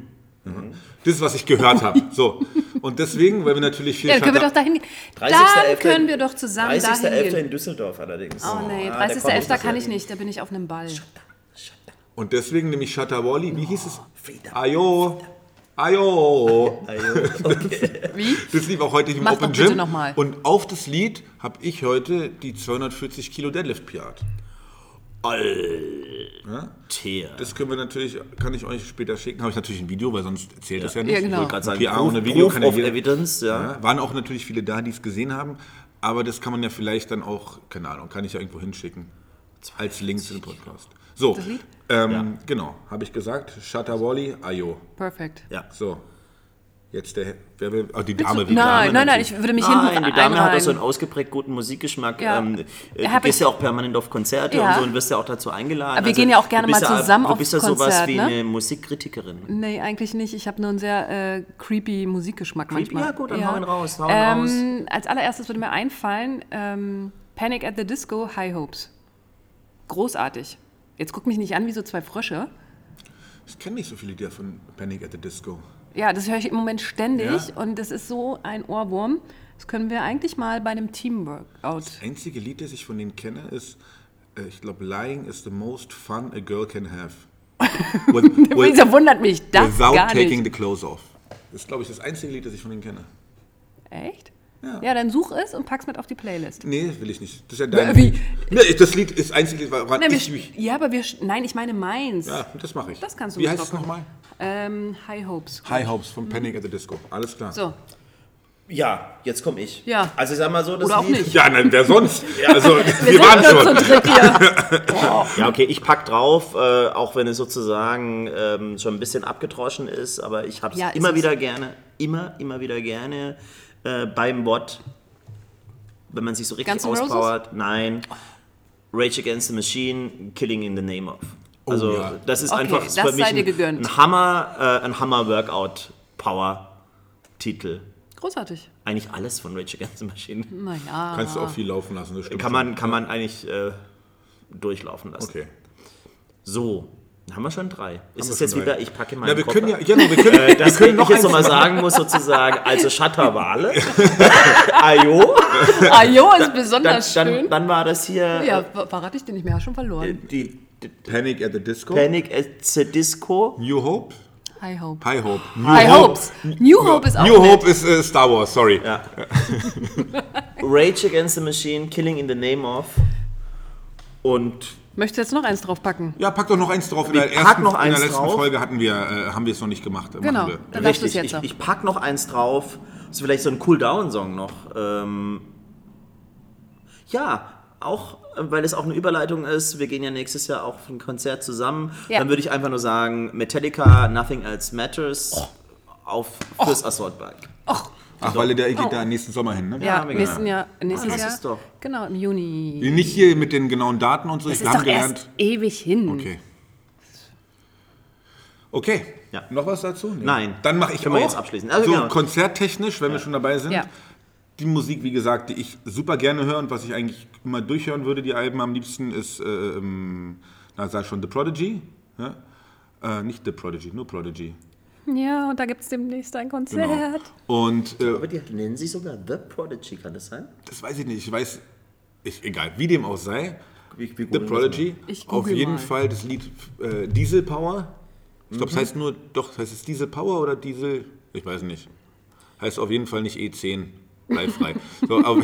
Speaker 2: Mhm. Das ist, was ich gehört habe. So. Und deswegen, weil wir natürlich viel
Speaker 1: Ja, dann können wir
Speaker 2: Shatta-
Speaker 1: doch dahin gehen.
Speaker 3: 30.11.
Speaker 1: Dann können wir doch zusammen dahin
Speaker 3: 30.11.
Speaker 1: gehen.
Speaker 3: in Düsseldorf allerdings.
Speaker 1: Oh nee,
Speaker 3: Ah, da komm
Speaker 1: 30.11.
Speaker 3: das
Speaker 1: kann
Speaker 3: ja
Speaker 1: ich nicht, da bin ich auf einem Ball.
Speaker 2: Und deswegen nämlich Shatta Wally, wie hieß
Speaker 3: Oh,
Speaker 2: es?
Speaker 3: Freedom.
Speaker 2: Ayo. Ayo.
Speaker 1: Wie?
Speaker 2: Das lief auch heute im
Speaker 1: Mach
Speaker 2: Open
Speaker 1: doch bitte
Speaker 2: Gym.
Speaker 1: noch mal.
Speaker 2: Und auf das Lied habe ich heute die 240 Kilo Deadlift Piat.
Speaker 3: Teer.
Speaker 2: Das können wir natürlich, kann ich euch später schicken. Habe ich natürlich ein Video, weil sonst erzählt das ja nicht.
Speaker 1: Ja, genau.
Speaker 3: Ich wollte gerade sagen,
Speaker 2: PA
Speaker 3: Proof-
Speaker 2: ohne Video
Speaker 3: Proof
Speaker 2: kann ja
Speaker 3: of
Speaker 2: jeder-
Speaker 3: Evidence, ja.
Speaker 2: Ja, waren auch natürlich viele da, die es gesehen haben. Aber das kann man ja vielleicht dann auch, keine Ahnung, kann ich ja irgendwo hinschicken. Als Link zu dem Podcast. So,
Speaker 1: Das Lied?
Speaker 2: ähm, genau, habe ich gesagt. Shutter Wally, Ayo.
Speaker 1: Perfekt.
Speaker 3: Ja.
Speaker 2: So, jetzt der, wer will, oh, die
Speaker 1: Also,
Speaker 2: Dame.
Speaker 1: Nein,
Speaker 2: die Dame
Speaker 1: nein, nein,
Speaker 2: natürlich.
Speaker 1: ich würde mich
Speaker 3: Nein,
Speaker 1: hinten
Speaker 3: Ah, die Dame hat
Speaker 1: einreihen.
Speaker 3: auch so einen ausgeprägt guten Musikgeschmack.
Speaker 1: Ja.
Speaker 3: Ähm, äh,
Speaker 1: Ja,
Speaker 3: du
Speaker 1: hab
Speaker 3: gehst
Speaker 1: ich-
Speaker 3: ja auch permanent auf Konzerte
Speaker 1: Ja.
Speaker 3: und so und wirst ja auch dazu eingeladen. Also
Speaker 1: Aber wir gehen ja auch gerne
Speaker 3: du bist
Speaker 1: mal zusammen
Speaker 3: ja,
Speaker 1: auf
Speaker 3: Du bist ja sowas
Speaker 1: Konzert,
Speaker 3: wie
Speaker 1: ne?
Speaker 3: eine Musikkritikerin.
Speaker 1: Nee, eigentlich nicht. Ich habe nur einen sehr äh, creepy Musikgeschmack manchmal.
Speaker 3: Ja, gut, dann hau ihn raus, hau ihn
Speaker 1: ähm, Als allererstes würde mir einfallen, ähm, Panic at the Disco, High Hopes. Großartig. Jetzt guck mich nicht an wie so zwei Frösche.
Speaker 2: Ich kenne nicht so viele Lieder von Panic at the Disco.
Speaker 1: Ja, das höre ich im Moment ständig
Speaker 2: Ja?
Speaker 1: und das ist so ein Ohrwurm. Das können wir eigentlich mal bei einem Teamworkout.
Speaker 2: einzige Lied, das ich von denen kenne, ist, äh, ich glaube, Lying is the most fun a girl can
Speaker 1: [laughs]
Speaker 2: have. With, with,
Speaker 1: Wieso wundert mich das
Speaker 2: without
Speaker 1: gar
Speaker 2: taking
Speaker 1: nicht?
Speaker 2: the clothes off. Das ist, glaube ich, das einzige Lied, das ich von denen kenne.
Speaker 1: Echt?
Speaker 2: Ja.
Speaker 1: ja, dann such es und pack's mit auf die Playlist.
Speaker 2: Nee, will ich nicht. Das ist ja dein
Speaker 1: Wie?
Speaker 2: Lied. Nee, ich- das Lied ist das einzige Lied, woran
Speaker 1: Nein, wir,
Speaker 2: ich
Speaker 1: sch-
Speaker 2: mich...
Speaker 1: ja, aber wir. sch- Nein, ich meine meins.
Speaker 2: Ja, das mache ich.
Speaker 1: Das kannst du
Speaker 2: Wie
Speaker 1: mit
Speaker 2: heißt es
Speaker 1: drauf
Speaker 2: nochmal?
Speaker 1: Ähm, High Hopes.
Speaker 2: High Hopes von Panic at the Disco. Alles klar.
Speaker 1: So, [laughs]
Speaker 3: Ja, jetzt komme ich.
Speaker 1: Ja.
Speaker 3: Also ich sag mal so, das
Speaker 1: Oder auch
Speaker 3: Lied,
Speaker 1: nicht.
Speaker 2: Ja, nein,
Speaker 1: [laughs]
Speaker 2: wer sonst? Also, wir, waren
Speaker 1: Das ist so
Speaker 2: schon.
Speaker 1: ein Trick hier.
Speaker 3: Ja, okay, ich pack drauf, äh, auch wenn es sozusagen ähm, schon ein bisschen abgedroschen ist, aber ich hab's
Speaker 1: Ja, ist
Speaker 3: immer
Speaker 1: es.
Speaker 3: wieder gerne, immer, immer wieder gerne äh, beim Bot, wenn man sich so richtig
Speaker 1: Guns N' Roses?
Speaker 3: auspowert. Nein. Rage Against the Machine, Killing in the Name of. Also,
Speaker 2: ja.
Speaker 3: das ist
Speaker 1: Okay,
Speaker 3: einfach ist
Speaker 1: das
Speaker 3: für mich
Speaker 1: sei dir
Speaker 3: ein,
Speaker 1: gegönnt.
Speaker 3: ein Hammer, äh, ein Hammer-Workout-Power-Titel.
Speaker 1: Großartig.
Speaker 3: Eigentlich alles von Rage Against the Machine.
Speaker 1: Mhm.
Speaker 2: [laughs]
Speaker 1: Naja.
Speaker 2: Kannst du auch viel laufen lassen, das stimmt
Speaker 3: Kann man, kann man eigentlich äh, durchlaufen lassen.
Speaker 2: schon. Okay.
Speaker 3: So, dann haben wir schon drei. Ist es
Speaker 2: wir
Speaker 3: jetzt
Speaker 2: schon drei.
Speaker 3: wieder, ich packe mal
Speaker 2: Na, wir
Speaker 3: Kopf
Speaker 2: können ja...
Speaker 3: ab. Äh,
Speaker 2: Genau, wir können, wir
Speaker 3: das,
Speaker 2: können
Speaker 3: was
Speaker 2: noch
Speaker 3: ich jetzt
Speaker 2: eins
Speaker 3: nochmal
Speaker 2: machen.
Speaker 3: sagen muss, sozusagen,
Speaker 2: [laughs]
Speaker 3: also Schatterwale, Ajo,
Speaker 1: Ajo Ah, ist
Speaker 3: dann,
Speaker 1: besonders
Speaker 3: dann,
Speaker 1: schön.
Speaker 3: dann war das hier äh,
Speaker 1: ja, ver- verrate ich dir nicht mehr, hast schon verloren.
Speaker 3: die, die
Speaker 2: Panic at the Disco.
Speaker 3: Panic at the Disco.
Speaker 2: New Hope?
Speaker 1: High Hope.
Speaker 2: Äh, High Hope. New
Speaker 1: High Hopes. New Hope ist auch
Speaker 2: New
Speaker 1: nett.
Speaker 2: Hope ist äh, Star Wars, sorry.
Speaker 3: Rage Against the Machine, Killing in the Name of und
Speaker 1: Möchtest du jetzt noch eins draufpacken?
Speaker 2: Ja, pack doch noch eins drauf. In der,
Speaker 3: pack
Speaker 2: ersten,
Speaker 3: noch
Speaker 2: in
Speaker 3: eins
Speaker 2: der letzten
Speaker 3: drauf.
Speaker 2: Folge hatten wir, äh, haben wir es noch nicht gemacht. Machen
Speaker 1: Genau.
Speaker 2: wir.
Speaker 1: Dann darfst du es
Speaker 3: richtig,
Speaker 1: jetzt
Speaker 3: ich,
Speaker 1: auch.
Speaker 3: ich pack noch eins drauf, ist vielleicht so ein Cool-Down-Song noch. Ähm, ja, auch, äh, weil es auch eine Überleitung ist, wir gehen ja nächstes Jahr auch auf ein Konzert zusammen,
Speaker 1: Ja.
Speaker 3: dann würde ich einfach
Speaker 1: Oh.
Speaker 3: nur sagen, Metallica, Nothing Else Matters, auf fürs Assault Bike.
Speaker 1: Och,
Speaker 2: Ach, weil der geht da nächsten Sommer hin, ne?
Speaker 1: Ja,
Speaker 3: haben wir
Speaker 1: nächsten
Speaker 3: gelernt.
Speaker 1: Jahr, nächstes
Speaker 3: das
Speaker 1: Jahr.
Speaker 3: ist doch-
Speaker 1: Genau, im Juni.
Speaker 2: Nicht hier mit den genauen Daten und so.
Speaker 1: Das
Speaker 2: ich
Speaker 1: ist
Speaker 2: habe
Speaker 1: doch
Speaker 2: gelernt.
Speaker 1: erst ewig hin.
Speaker 2: Okay. Okay.
Speaker 3: Ja.
Speaker 2: Noch was dazu? Nee.
Speaker 3: Nein.
Speaker 2: Dann mache ich
Speaker 3: Können
Speaker 2: auch.
Speaker 3: wir jetzt abschließen. Also
Speaker 2: so
Speaker 3: genau.
Speaker 2: konzerttechnisch, wenn wir schon dabei sind.
Speaker 1: Ja.
Speaker 2: Die Musik, wie gesagt, die ich super gerne höre und was ich eigentlich immer durchhören würde, die Alben am liebsten, ist, äh, ähm, na, sag schon, The Prodigy. Ja? Äh, nicht The Prodigy, nur Prodigy.
Speaker 1: Ja, und da gibt es demnächst ein Konzert.
Speaker 2: Genau. Und äh,
Speaker 3: Aber die nennen sie sogar The Prodigy, kann das sein?
Speaker 2: das weiß ich nicht, ich weiß, ich, egal, wie dem auch sei,
Speaker 3: Wie- wie
Speaker 2: The
Speaker 3: googeln wir das
Speaker 2: Prodigy,
Speaker 1: Ich
Speaker 2: auf
Speaker 1: google
Speaker 2: jeden
Speaker 1: mal.
Speaker 2: Fall das Lied äh, Diesel Power. Ich
Speaker 1: Mhm.
Speaker 2: glaube, es heißt nur, doch, heißt es Diesel Power oder Diesel, ich weiß nicht. Heißt auf jeden Fall nicht E E10, bleib frei.
Speaker 1: [laughs]
Speaker 2: so, aber,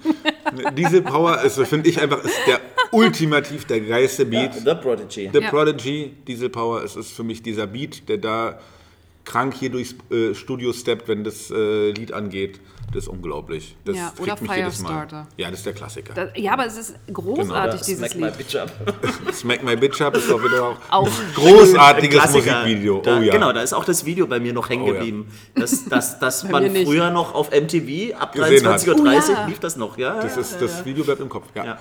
Speaker 2: [laughs] Diesel Power ist, finde ich einfach, ist der ultimativ der geilste Beat.
Speaker 3: The Prodigy.
Speaker 2: The
Speaker 1: Ja.
Speaker 2: Prodigy, Diesel Power, es ist für mich dieser Beat, der da krank hier durchs äh, Studio steppt, wenn das äh, Lied angeht. Das ist unglaublich. Das
Speaker 1: Ja,
Speaker 2: kriegt
Speaker 1: oder
Speaker 2: mich jedes Mal.
Speaker 1: Firestarter.
Speaker 2: Ja, das ist der Klassiker.
Speaker 1: Da- Ja, aber es ist großartig, dieses
Speaker 3: Smack My
Speaker 1: Lied.
Speaker 3: Bitch Up.
Speaker 2: [laughs] Smack My Bitch Up ist doch wieder auch
Speaker 1: Auch.
Speaker 2: großartiges
Speaker 3: Klassiker.
Speaker 2: Musikvideo.
Speaker 3: Da,
Speaker 2: oh ja.
Speaker 3: Genau, da ist auch das Video bei mir noch hängen
Speaker 2: Oh ja.
Speaker 3: geblieben. Das, das, das
Speaker 1: mir
Speaker 3: man
Speaker 1: nicht.
Speaker 3: früher noch auf MTV ab
Speaker 2: Gesehen hat.
Speaker 3: 23.30 Uhr
Speaker 1: Oh ja.
Speaker 3: lief das noch. Ja,
Speaker 2: das,
Speaker 3: ja.
Speaker 2: ist, das Video bleibt im Kopf. Ja.
Speaker 3: Ja.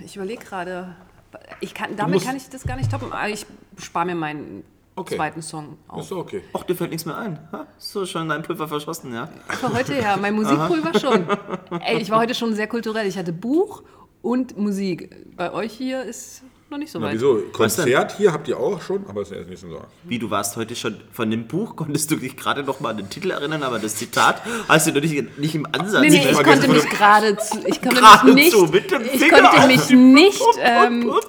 Speaker 1: Ich überlege gerade. Ich kann,
Speaker 2: musst-
Speaker 1: damit kann ich das gar nicht toppen, aber ich spare mir meinen
Speaker 2: Okay.
Speaker 1: zweiten Song
Speaker 2: Ist
Speaker 1: auf.
Speaker 2: doch okay.
Speaker 3: Och, dir fällt nichts mehr ein. Ha? So schon dein Pulver verschossen, ja.
Speaker 1: Für heute ja, mein Musikpulver schon. Ey, ich war heute schon sehr kulturell. Ich hatte Buch und Musik. Bei euch hier ist noch nicht so
Speaker 2: Na,
Speaker 1: weit.
Speaker 2: wieso?
Speaker 3: Was denn?
Speaker 2: Konzert hier habt ihr auch schon, aber es ist erst nächsten Sommer.
Speaker 3: Wie, du warst heute schon von dem Buch, konntest du dich gerade noch mal an den Titel erinnern, aber das Zitat hast du doch nicht, nicht im Ansatz.
Speaker 1: Nee, nee, ich
Speaker 2: Vergessen
Speaker 1: konnte
Speaker 2: von
Speaker 1: mich
Speaker 2: dem-
Speaker 1: gerade zu, ich konnte
Speaker 3: Geradezu,
Speaker 1: mich nicht,
Speaker 3: mit dem
Speaker 1: ich
Speaker 3: Finger
Speaker 1: konnte
Speaker 3: auf
Speaker 1: mich nicht, ähm, oh,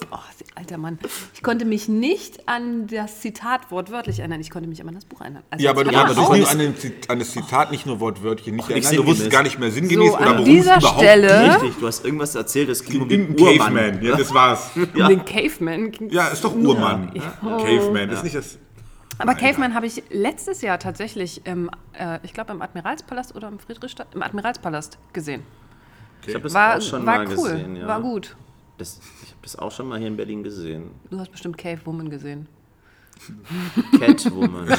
Speaker 1: alter Mann, ich konnte mich nicht an das Zitat wortwörtlich erinnern, ich konnte mich aber an das Buch erinnern. Also
Speaker 2: Ja, aber du
Speaker 1: das
Speaker 3: Ja,
Speaker 1: hat
Speaker 2: kannst
Speaker 3: aber
Speaker 1: auch
Speaker 3: du
Speaker 2: dich nur
Speaker 3: konntest-
Speaker 2: an, den Zit- an das Zitat nicht nur wortwörtlich nicht
Speaker 3: nicht
Speaker 2: erinnern. Du wusstest
Speaker 3: sinngemäß.
Speaker 2: gar nicht mehr sinngemäß
Speaker 1: So,
Speaker 2: oder
Speaker 1: an
Speaker 2: worum
Speaker 1: dieser
Speaker 2: es überhaupt
Speaker 1: Stelle-
Speaker 2: geht.
Speaker 3: Richtig, du hast irgendwas erzählt, es ging um
Speaker 2: Im
Speaker 3: den Urmann.
Speaker 2: Caveman,
Speaker 3: [laughs]
Speaker 2: ja, das war's.
Speaker 1: um den Caveman.
Speaker 2: Ja, ist doch Urmann. Caveman ist nicht das.
Speaker 1: Aber
Speaker 2: Alter.
Speaker 1: Caveman habe ich letztes Jahr tatsächlich, im, äh, ich glaube im Admiralspalast oder im Friedrichstadt, im Admiralspalast gesehen.
Speaker 3: Ich habe das
Speaker 1: War,
Speaker 3: auch schon
Speaker 1: war
Speaker 3: mal
Speaker 1: cool,
Speaker 3: gesehen. Ja.
Speaker 1: war gut.
Speaker 3: Das, ich habe das auch schon mal hier in Berlin gesehen.
Speaker 1: Du hast bestimmt Cave Woman gesehen.
Speaker 3: Catwoman.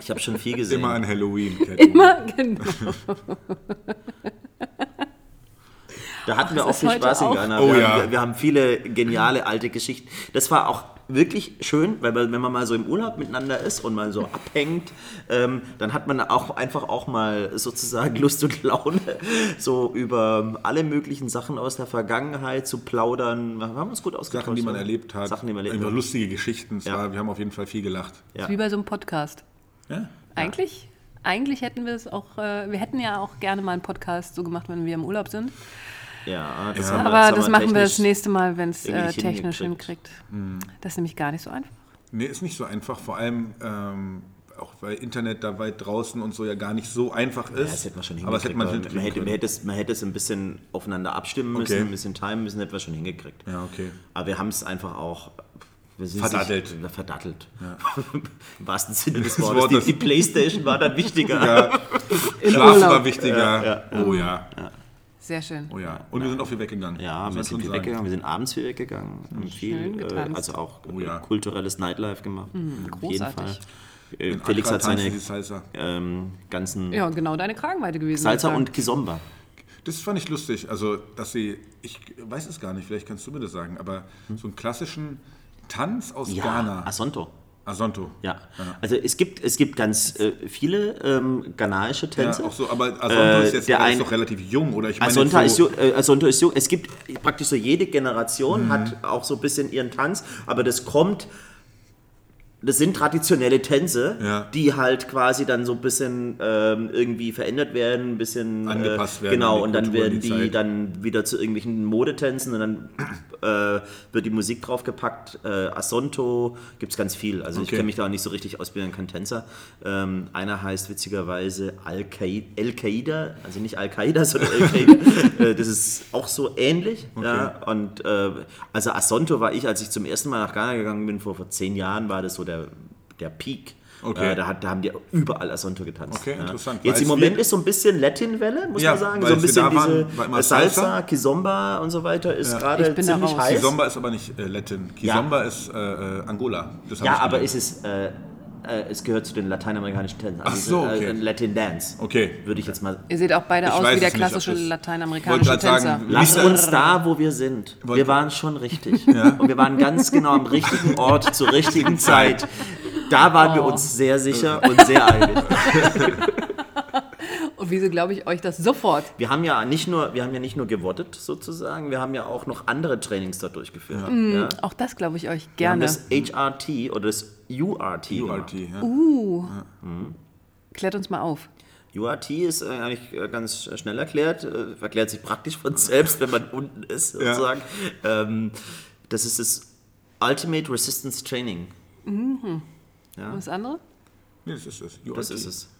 Speaker 3: ich habe schon viel gesehen.
Speaker 2: Immer an Halloween.
Speaker 1: [laughs] Immer, genau.
Speaker 3: Da hatten wir
Speaker 1: das
Speaker 3: auch
Speaker 1: ist
Speaker 3: viel
Speaker 1: heute
Speaker 3: Spaß in
Speaker 1: auch.
Speaker 3: Ghana.
Speaker 2: Oh
Speaker 3: wir,
Speaker 2: ja.
Speaker 3: haben, wir, wir haben viele geniale alte Geschichten. Das war auch wirklich schön, weil man- wenn man mal so im Urlaub miteinander ist und mal so abhängt, ähm, dann hat man auch einfach auch mal sozusagen Lust und Laune, so über alle möglichen Sachen aus der Vergangenheit zu plaudern. Wir haben uns gut ausgetauscht.
Speaker 2: Sachen, die man
Speaker 3: ja.
Speaker 2: erlebt hat.
Speaker 3: Sachen, die man erlebt
Speaker 2: Einfach
Speaker 3: hat.
Speaker 2: lustige Geschichten. Es
Speaker 3: Ja.
Speaker 2: war, wir haben auf jeden Fall viel gelacht.
Speaker 3: Ja.
Speaker 1: Wie bei so einem Podcast.
Speaker 2: Ja?
Speaker 1: Eigentlich, eigentlich hätten wir es auch, äh, wir hätten ja auch gerne mal einen Podcast so gemacht, wenn wir im Urlaub sind.
Speaker 3: Ja, das
Speaker 2: Ja.
Speaker 3: haben wir-
Speaker 1: Aber
Speaker 3: haben
Speaker 1: das machen wir das
Speaker 3: technisch-
Speaker 1: nächste Mal, wenn es äh,
Speaker 3: irgendwie nicht
Speaker 1: technisch
Speaker 3: hingekriegt.
Speaker 1: hinkriegt. Das ist nämlich gar nicht so einfach.
Speaker 2: Nee, ist nicht so einfach. Vor allem ähm, auch, weil Internet da weit draußen und so ja gar nicht so einfach ist.
Speaker 3: Ja, das hätte man schon
Speaker 2: Aber das hätte
Speaker 3: hingekriegt.
Speaker 2: man
Speaker 3: aber
Speaker 2: hinkriegen
Speaker 3: man, hätte, man,
Speaker 2: können.
Speaker 3: hätte es, man hätte es ein bisschen aufeinander abstimmen müssen,
Speaker 2: Okay.
Speaker 3: ein bisschen timen müssen, hätten wir schon hingekriegt.
Speaker 2: Ja, okay.
Speaker 3: Aber wir haben es einfach auch wir sind
Speaker 2: Verdattelt.
Speaker 3: Sich, verdattelt. [laughs] Im wahrsten Sinne des
Speaker 2: Des
Speaker 3: Wortes.
Speaker 2: Wortes.
Speaker 3: Die, die Playstation war
Speaker 2: [laughs]
Speaker 3: dann wichtiger.
Speaker 2: Schlaf
Speaker 1: Urlaub.
Speaker 2: war wichtiger. Oh ja.
Speaker 1: Sehr schön.
Speaker 2: Oh ja. Und wir sind auch viel weggegangen.
Speaker 3: Ja,
Speaker 2: muss man
Speaker 3: wir sind
Speaker 2: schon
Speaker 3: viel
Speaker 2: sagen.
Speaker 3: weggegangen, wir sind abends viel weggegangen, haben viel, äh,
Speaker 1: getanzt. Mhm,
Speaker 3: also auch
Speaker 2: Oh ja.
Speaker 3: kulturelles Nightlife gemacht. Auf jeden
Speaker 1: großartig.
Speaker 3: Fall. Äh,
Speaker 2: In
Speaker 3: Felix
Speaker 2: Accra
Speaker 3: hat seine
Speaker 2: tanzen die Salsa.
Speaker 3: ähm, ganzen
Speaker 1: Ja, und genau deine Kragenweite gewesen.
Speaker 3: Salsa
Speaker 1: würde ich
Speaker 3: und Kizomba.
Speaker 2: Das fand ich lustig. Also, dass sie, ich weiß es gar nicht, vielleicht kannst du mir das sagen, aber
Speaker 3: Hm?
Speaker 2: so einen klassischen Tanz aus Ghana.
Speaker 3: Asonto.
Speaker 2: Asonto.
Speaker 3: Ja, also es gibt, es gibt ganz äh, viele ähm, ghanaische
Speaker 2: Ja,
Speaker 3: Tänze.
Speaker 2: auch so, aber Asonto
Speaker 3: Äh,
Speaker 2: ist jetzt
Speaker 3: der
Speaker 2: der
Speaker 3: ein-
Speaker 2: ist doch relativ jung, oder? Ich meine,
Speaker 3: Asonta
Speaker 2: jetzt
Speaker 3: ist, jung, äh, Asonta ist jung. Es gibt praktisch so jede
Speaker 2: Mhm.
Speaker 3: Generation hat auch so ein bisschen ihren Tanz, aber das kommt. Das sind traditionelle Tänze,
Speaker 2: Ja.
Speaker 3: die halt quasi dann so ein bisschen ähm, irgendwie verändert werden, ein bisschen
Speaker 2: Angepasst werden an
Speaker 3: Genau,
Speaker 2: die
Speaker 3: und dann
Speaker 2: Kultur,
Speaker 3: werden
Speaker 2: die
Speaker 3: die,
Speaker 2: Zeit.
Speaker 3: dann wieder zu irgendwelchen Modetänzen und dann äh, wird die Musik draufgepackt. Äh, Asonto gibt es ganz viel. Also ich
Speaker 2: Okay.
Speaker 3: kenne mich da auch nicht so richtig aus, bin ja kein Tänzer. Ähm, einer heißt witzigerweise Al-Kai- Al-Qaida, also nicht Al-Qaida, [laughs] sondern Al-Qaida. Äh, das ist auch so ähnlich. Ja. Und äh, also Asonto war ich, als ich zum ersten Mal nach Ghana gegangen bin, vor, vor zehn Jahren, war das so der, der Peak.
Speaker 2: Okay.
Speaker 3: Äh, da, hat, da haben die überall Asonto getanzt.
Speaker 2: Okay,
Speaker 3: ja.
Speaker 2: interessant.
Speaker 3: Jetzt
Speaker 2: Weil
Speaker 3: im
Speaker 2: es
Speaker 3: Moment
Speaker 2: wir-
Speaker 3: ist so ein bisschen Latin-Welle, muss
Speaker 2: Ja,
Speaker 3: man sagen.
Speaker 2: weil
Speaker 3: So ein
Speaker 2: als wir
Speaker 3: bisschen
Speaker 2: da waren,
Speaker 3: diese
Speaker 2: war immer
Speaker 3: Salsa,
Speaker 2: Salsa.
Speaker 3: Kizomba und so weiter ist
Speaker 1: Ich
Speaker 3: gerade
Speaker 1: bin da
Speaker 3: ziemlich
Speaker 1: raus.
Speaker 3: heiß.
Speaker 2: Kizomba ist aber nicht äh, Latin. Kizomba ist äh, äh, Angola. Das hab
Speaker 3: Ja,
Speaker 2: ich
Speaker 3: aber
Speaker 2: gelernt.
Speaker 3: ist es äh, Äh, es gehört zu den lateinamerikanischen Tänzen.
Speaker 2: Ach so,
Speaker 3: es ist,
Speaker 2: okay.
Speaker 3: Latin Dance.
Speaker 2: Okay.
Speaker 3: Würde ich jetzt mal.
Speaker 1: Ihr seht auch beide
Speaker 2: Ich
Speaker 1: aus
Speaker 2: weiß
Speaker 1: wie der
Speaker 2: es nicht, ob
Speaker 1: klassische
Speaker 2: das-
Speaker 1: lateinamerikanische
Speaker 2: Wollte grad
Speaker 1: Tänzer.
Speaker 2: sagen,
Speaker 3: Lass
Speaker 2: Lisa-
Speaker 3: uns da, wo wir sind. Wir
Speaker 2: Wollte-
Speaker 3: waren
Speaker 2: [laughs]
Speaker 3: schon richtig. Und wir waren ganz genau am richtigen Ort zur richtigen Zeit. Da waren wir
Speaker 1: Oh.
Speaker 3: uns sehr sicher
Speaker 2: Äh.
Speaker 3: und sehr einig.
Speaker 1: Und wieso glaube ich euch das sofort?
Speaker 3: Wir haben ja nicht nur, wir haben ja nicht nur gewottet sozusagen, wir haben ja auch noch andere Trainings dort durchgeführt. Ja.
Speaker 1: Auch das glaube ich euch
Speaker 3: Wir haben
Speaker 1: gerne.
Speaker 3: das HRT oder das URT.
Speaker 2: URT,
Speaker 3: gemacht.
Speaker 2: ja.
Speaker 1: Klärt uns mal auf.
Speaker 3: URT ist äh, eigentlich äh, ganz schnell erklärt, äh, erklärt sich praktisch von [laughs] selbst, wenn man unten ist sozusagen. Ähm, das ist das Ultimate Resistance Training.
Speaker 1: Mhm. Und das andere?
Speaker 2: Nee, das ist es.
Speaker 3: Das
Speaker 2: URT.
Speaker 3: ist es.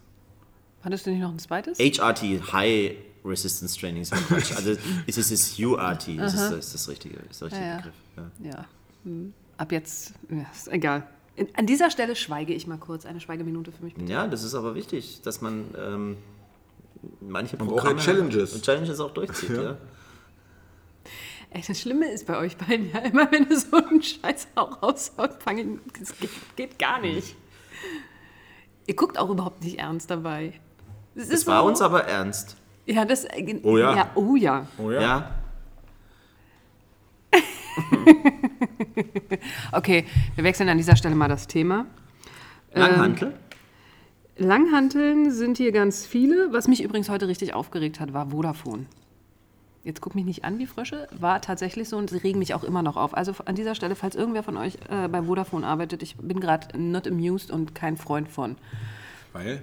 Speaker 1: Hattest du nicht noch ein zweites?
Speaker 3: HRT, High Resistance Training, ist ein
Speaker 1: [laughs]
Speaker 3: Quatsch. Also es ist das URT, das ist, ist das richtige, ist der richtige
Speaker 1: Ja, ja.
Speaker 3: Begriff. Ja.
Speaker 1: Ja. Hm. Ab jetzt, ja, ist egal. In, an dieser Stelle schweige ich mal kurz. Eine Schweigeminute für mich. bitte.
Speaker 3: Ja, das ist aber wichtig, dass man ähm, manche
Speaker 2: auch
Speaker 3: Programme
Speaker 2: Challenges.
Speaker 3: und Challenges auch durchzieht. Ja.
Speaker 1: Ey, das Schlimme ist bei euch beiden ja immer, wenn ihr so einen Scheiß auch raushaut, fange ich, das geht, geht gar nicht. Ihr guckt auch überhaupt nicht ernst dabei. Es ist
Speaker 3: Das war
Speaker 1: so-
Speaker 3: uns aber ernst.
Speaker 1: Ja, das.
Speaker 2: Oh ja.
Speaker 1: ja. Oh ja.
Speaker 2: Oh
Speaker 3: Ja.
Speaker 2: ja.
Speaker 1: Okay, wir wechseln an dieser Stelle mal das Thema.
Speaker 3: Langhantel.
Speaker 1: Langhanteln sind hier ganz viele. Was mich übrigens heute richtig aufgeregt hat, war Vodafone. Jetzt guck mich nicht an wie Frösche, war tatsächlich so und sie regen mich auch immer noch auf. Also an dieser Stelle, falls irgendwer von euch äh, bei Vodafone arbeitet, ich bin gerade not amused und kein Freund von.
Speaker 2: Weil?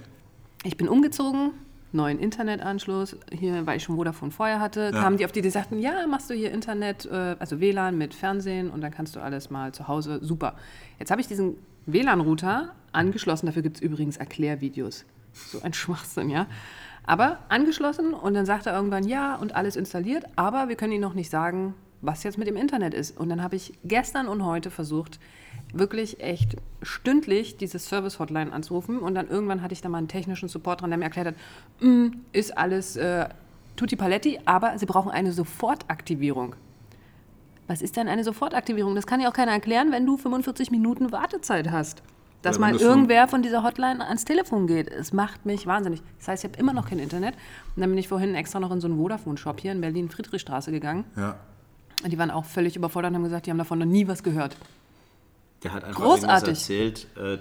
Speaker 1: Ich bin umgezogen, neuen Internetanschluss, hier, weil ich schon Vodafone vorher hatte, kamen die auf die Idee, sagten, ja, machst du hier Internet, äh, also WLAN mit Fernsehen und dann kannst du alles mal zu Hause, super. Jetzt habe ich diesen WLAN-Router angeschlossen, dafür gibt es übrigens Erklärvideos. So ein Schwachsinn, ja. Aber angeschlossen und dann sagt er irgendwann, ja, und alles installiert, aber wir können Ihnen noch nicht sagen, was jetzt mit dem Internet ist. Und dann habe ich gestern und heute versucht, wirklich echt stündlich diese Service-Hotline anzurufen. Und dann irgendwann hatte ich da mal einen technischen Support dran, der mir erklärt hat, "Mm, ist alles äh, tutti paletti, aber Sie brauchen eine Sofortaktivierung. Was ist denn eine Sofortaktivierung? Das kann ja auch keiner erklären, wenn du 45 Minuten Wartezeit hast. Dass
Speaker 2: Oder wenn
Speaker 1: mal
Speaker 2: das so-
Speaker 1: irgendwer von dieser Hotline ans Telefon geht. Es macht mich wahnsinnig. Das heißt, ich habe immer noch kein Internet. Und dann bin ich vorhin extra noch in so einen Vodafone-Shop hier in Berlin-Friedrichstraße gegangen.
Speaker 2: Ja.
Speaker 1: Und die waren auch völlig überfordert und haben gesagt, die haben davon noch nie was gehört.
Speaker 3: Der hat einfach
Speaker 1: Großartig.
Speaker 3: irgendwas erzählt, äh,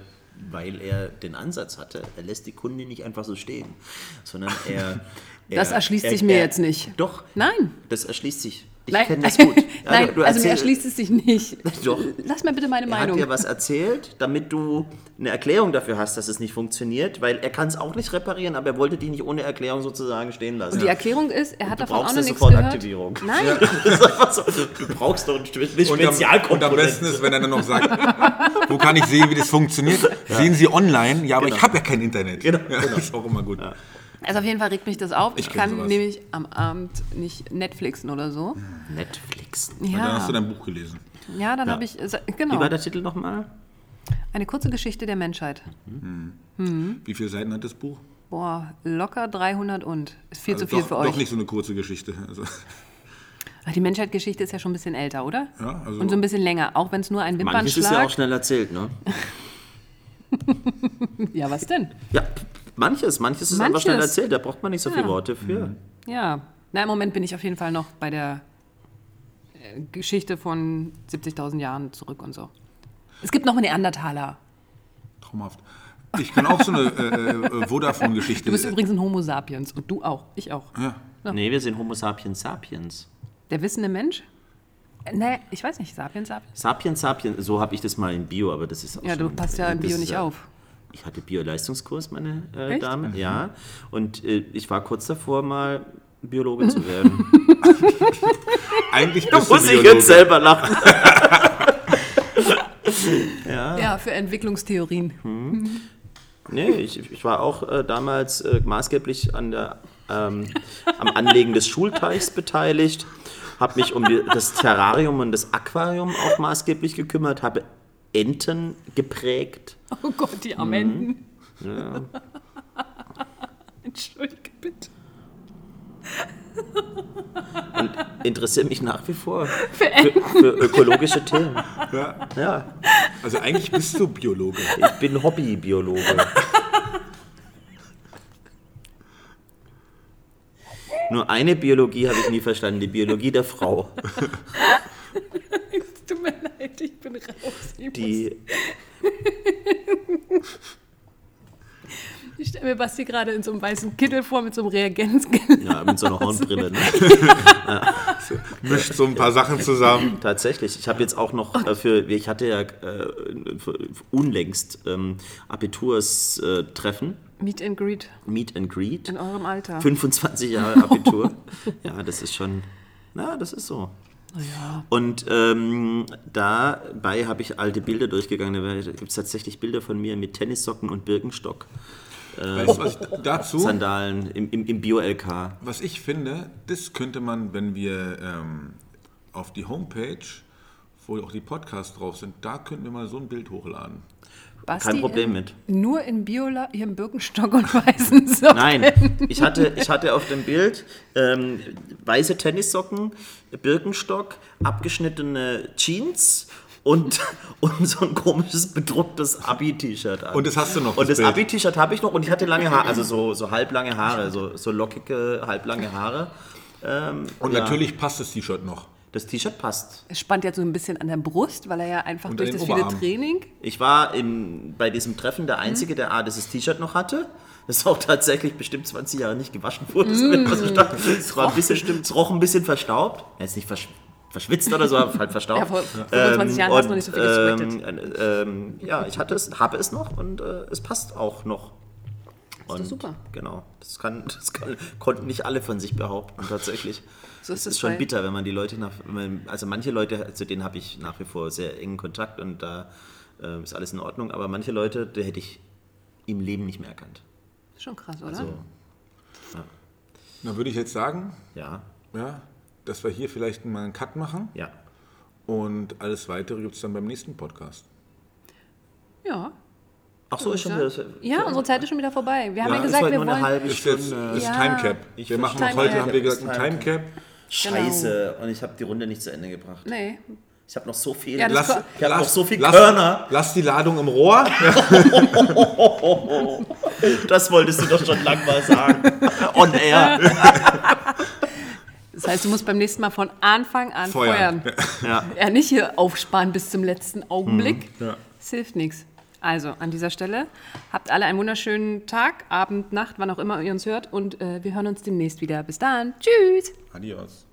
Speaker 3: weil er den Ansatz hatte. Er lässt die Kunden nicht einfach so stehen,
Speaker 1: [laughs]
Speaker 3: sondern er. er
Speaker 1: Das erschließt sich mir jetzt nicht.
Speaker 3: Doch,
Speaker 1: Nein.
Speaker 3: das erschließt sich. Ich
Speaker 1: Nein. [laughs]
Speaker 3: kenne das gut. Ja,
Speaker 1: Nein,
Speaker 3: du- du
Speaker 1: also mir
Speaker 3: erzähl-
Speaker 1: erschließt es sich nicht.
Speaker 3: Doch.
Speaker 1: Lass mal bitte meine
Speaker 3: Er hat
Speaker 1: Meinung.
Speaker 3: dir was erzählt, damit du eine Erklärung dafür hast, dass es nicht funktioniert, weil er kann es auch nicht reparieren, aber er wollte dich nicht ohne Erklärung sozusagen stehen lassen.
Speaker 1: Die Erklärung ist, er hat
Speaker 3: Du
Speaker 1: davon auch
Speaker 3: brauchst
Speaker 1: noch
Speaker 3: eine
Speaker 1: nichts gehört.
Speaker 3: Sofortaktivierung.
Speaker 1: Nein,
Speaker 3: [laughs] Das ist einfach so, du brauchst doch ein
Speaker 2: Und am, und am besten
Speaker 3: Spezialkomponenten.
Speaker 2: ist, wenn er dann noch sagt, [laughs] wo kann ich sehen, wie das funktioniert? Sehen Sie online? Ja, aber ich habe ja kein Internet.
Speaker 3: Genau,
Speaker 2: Ja,
Speaker 3: genau.
Speaker 2: Das ist auch immer gut.
Speaker 1: also auf jeden Fall regt mich das auf. Ich,
Speaker 2: kenn
Speaker 1: kann
Speaker 2: sowas.
Speaker 1: nämlich am Abend nicht Netflixen oder so.
Speaker 3: Netflix.
Speaker 2: Und dann hast
Speaker 1: Ja,
Speaker 2: du dein Buch gelesen.
Speaker 1: ja dann habe ich,
Speaker 3: Wie war
Speaker 1: genau,
Speaker 3: der Titel nochmal?
Speaker 1: eine kurze Geschichte der Menschheit.
Speaker 2: Wie viele Seiten hat das Buch?
Speaker 1: Boah, locker 300 und. Ist viel
Speaker 2: Also
Speaker 1: zu viel
Speaker 2: doch,
Speaker 1: für
Speaker 2: Doch
Speaker 1: euch.
Speaker 2: nicht so eine kurze Geschichte. Also, [laughs]
Speaker 1: Ach, die Menschheitsgeschichte ist ja schon ein bisschen älter, oder?
Speaker 2: Ja, also-
Speaker 1: und so ein bisschen länger, auch wenn es nur ein
Speaker 3: Manches ist ja auch
Speaker 1: Wimpernschlag...
Speaker 3: schnell erzählt, ne?
Speaker 1: Ja, was denn?
Speaker 3: Ja, manches, manches ist einfach
Speaker 1: Manches.
Speaker 3: schnell erzählt, da braucht man nicht so viele Worte für.
Speaker 1: Ja, na im Moment bin ich auf jeden Fall noch bei der äh, Geschichte von 70.000 Jahren zurück und so. Es gibt noch Neandertaler.
Speaker 2: traumhaft. Ich kann auch so eine äh, Ah, äh, Vodafone-Geschichte.
Speaker 1: Du bist übrigens ein Homo sapiens und du auch, ich auch.
Speaker 3: Nee, wir sind Homo sapiens sapiens.
Speaker 1: Der wissende Mensch? Äh, Naja, ich weiß nicht, sapiens, sapiens.
Speaker 3: Sapiens sapiens, so habe ich das mal in Bio, aber das ist auch
Speaker 1: Ja, du
Speaker 3: schon-
Speaker 1: passt ja im
Speaker 3: das
Speaker 1: Bio
Speaker 3: ist
Speaker 1: nicht auf.
Speaker 3: Ich hatte Bio-Leistungskurs, meine äh,
Speaker 1: Echt? Mhm.
Speaker 3: Dame, ja. Und äh, ich war kurz davor, mal Biologe zu werden. [laughs]
Speaker 2: Eigentlich bist du
Speaker 3: Muss ich
Speaker 2: Biologe.
Speaker 3: jetzt selber lachen. Ah.
Speaker 1: Ja, für Entwicklungstheorien.
Speaker 3: Hm. Nee, ich, ich war auch äh, damals äh, maßgeblich an der, ähm, am Anlegen des Schulteichs beteiligt, habe mich um die, das Terrarium und das Aquarium auch maßgeblich gekümmert, habe Enten geprägt.
Speaker 1: Oh Gott, die am Ende.
Speaker 3: Mhm.
Speaker 1: Entschuldige bitte.
Speaker 3: Interessiere mich nach wie vor für, für ökologische Themen. Ja.
Speaker 2: Also eigentlich bist du Biologe.
Speaker 3: Ich bin Hobbybiologe. Nur eine Biologie habe ich nie verstanden, die Biologie der Frau.
Speaker 1: Es tut mir leid, ich bin raus. Ich
Speaker 3: Die,
Speaker 1: muss- Ich stelle mir Basti gerade in so einem weißen Kittel vor mit so einem Reagenzglas.
Speaker 3: ja, mit so einer Hornbrille. Ne?
Speaker 2: Mischt so ein paar Sachen zusammen.
Speaker 3: Tatsächlich. Ich habe jetzt auch noch äh, für, ich hatte ja äh, für- unlängst ähm, Abiturstreffen,
Speaker 1: Meet and Greet
Speaker 3: Meet and Greet.
Speaker 1: in eurem Alter.
Speaker 3: 25 Jahre Abitur. ja, das ist schon, na, das ist so. Und ähm, dabei habe ich alte Bilder durchgegangen. Da gibt es tatsächlich Bilder von mir mit Tennissocken und Birkenstock.
Speaker 2: Weißt du, was ich dazu,
Speaker 3: Sandalen im, im, im Bio-LK.
Speaker 2: was ich finde, das könnte man, wenn wir ähm, auf die Homepage, wo auch die Podcasts drauf sind, da könnten wir mal so ein Bild hochladen.
Speaker 1: Basti
Speaker 3: Kein Problem
Speaker 1: in-
Speaker 3: mit.
Speaker 1: Nur in Biola, hier im Birkenstock und weißen Socken.
Speaker 3: [laughs] Nein, ich hatte, ich hatte auf dem Bild ähm, weiße Tennissocken, Birkenstock, abgeschnittene Jeans und, [laughs] und so ein komisches bedrucktes Abi-T-Shirt an.
Speaker 2: Und das hast du noch,
Speaker 3: Und
Speaker 2: das
Speaker 3: das
Speaker 2: Bild.
Speaker 3: Abi-T-Shirt habe ich noch und ich hatte lange Haare, also so, so halblange Haare, so, so lockige, halblange Haare.
Speaker 2: Und
Speaker 3: Ja.
Speaker 2: natürlich passt das T-Shirt noch.
Speaker 3: Das T-Shirt passt.
Speaker 1: Es spannt ja so ein bisschen an der Brust, weil er ja einfach
Speaker 2: Und
Speaker 1: durch
Speaker 2: an den
Speaker 1: das
Speaker 2: Oberarm.
Speaker 1: viele Training.
Speaker 3: Ich war im, bei diesem Treffen der Einzige, der A, dieses T-Shirt noch hatte. Das auch tatsächlich bestimmt 20 Jahre nicht gewaschen wurde.
Speaker 1: Mm.
Speaker 3: Das es, war ein bisschen, es roch ein bisschen verstaubt. Ja, Jetzt nicht versch verschwitzt oder so, aber halt verstaubt.
Speaker 1: [laughs] Ja, vor 25 Jahren hast du noch nicht so viel gesweatet.
Speaker 3: ähm, äh, ähm, ja, ich hatte es, habe es noch und äh, es passt auch noch. Und
Speaker 1: doch super.
Speaker 3: Genau. Das, kann, das kann, konnten nicht alle von sich behaupten, tatsächlich.
Speaker 1: So ist es
Speaker 3: Das ist schon
Speaker 1: bei-
Speaker 3: bitter, wenn man die Leute nach, wenn man, also manche Leute, zu denen habe ich nach wie vor sehr engen Kontakt und da äh, ist alles in Ordnung, aber manche Leute, die hätte ich im Leben nicht mehr erkannt.
Speaker 1: Schon krass, oder?
Speaker 3: Also,
Speaker 2: Dann würde ich jetzt sagen,
Speaker 3: ja,
Speaker 2: ja, dass wir hier vielleicht mal einen Cut machen
Speaker 3: ja.
Speaker 2: und alles weitere gibt es dann beim nächsten Podcast.
Speaker 1: Ja.
Speaker 3: Ach so, ist schon wieder.
Speaker 1: Ja, unsere Zeit ist schon wieder vorbei. Wir haben ja,
Speaker 3: ist
Speaker 1: gesagt,
Speaker 3: heute
Speaker 1: wir
Speaker 3: nur eine
Speaker 1: wollen.
Speaker 3: halbe
Speaker 2: Ist jetzt
Speaker 3: Stunde.
Speaker 2: ist
Speaker 1: Ja.
Speaker 2: Timecap.
Speaker 3: Ich
Speaker 2: Wir machen
Speaker 1: verstehe.
Speaker 2: auch heute,
Speaker 1: Timecap.
Speaker 2: haben wir gesagt, ein
Speaker 3: Timecap.
Speaker 2: Timecap.
Speaker 3: Scheiße,
Speaker 1: Genau.
Speaker 3: und ich habe die Runde nicht zu Ende gebracht.
Speaker 1: Nee.
Speaker 3: Ich habe noch so viel.
Speaker 1: Ja, das-
Speaker 2: Lass,
Speaker 1: ko-
Speaker 3: Ich hab
Speaker 2: lass-
Speaker 3: noch so viel
Speaker 2: lass,
Speaker 3: Körner.
Speaker 2: Lass die Ladung im
Speaker 3: [laughs]
Speaker 2: Rohr.
Speaker 3: Oh, das wolltest du doch schon lang
Speaker 1: [laughs]
Speaker 3: mal sagen. On air.
Speaker 1: Das heißt, du musst beim nächsten Mal von Anfang an
Speaker 2: Feuern.
Speaker 1: feuern.
Speaker 3: [laughs] Ja.
Speaker 1: Ja, nicht hier aufsparen bis zum letzten Augenblick.
Speaker 2: Ja.
Speaker 1: Das hilft nichts. Also, an dieser Stelle habt alle einen wunderschönen Tag, Abend, Nacht, wann auch immer ihr uns hört. Und äh, wir hören uns demnächst wieder. Bis dann. Tschüss.
Speaker 2: Adios.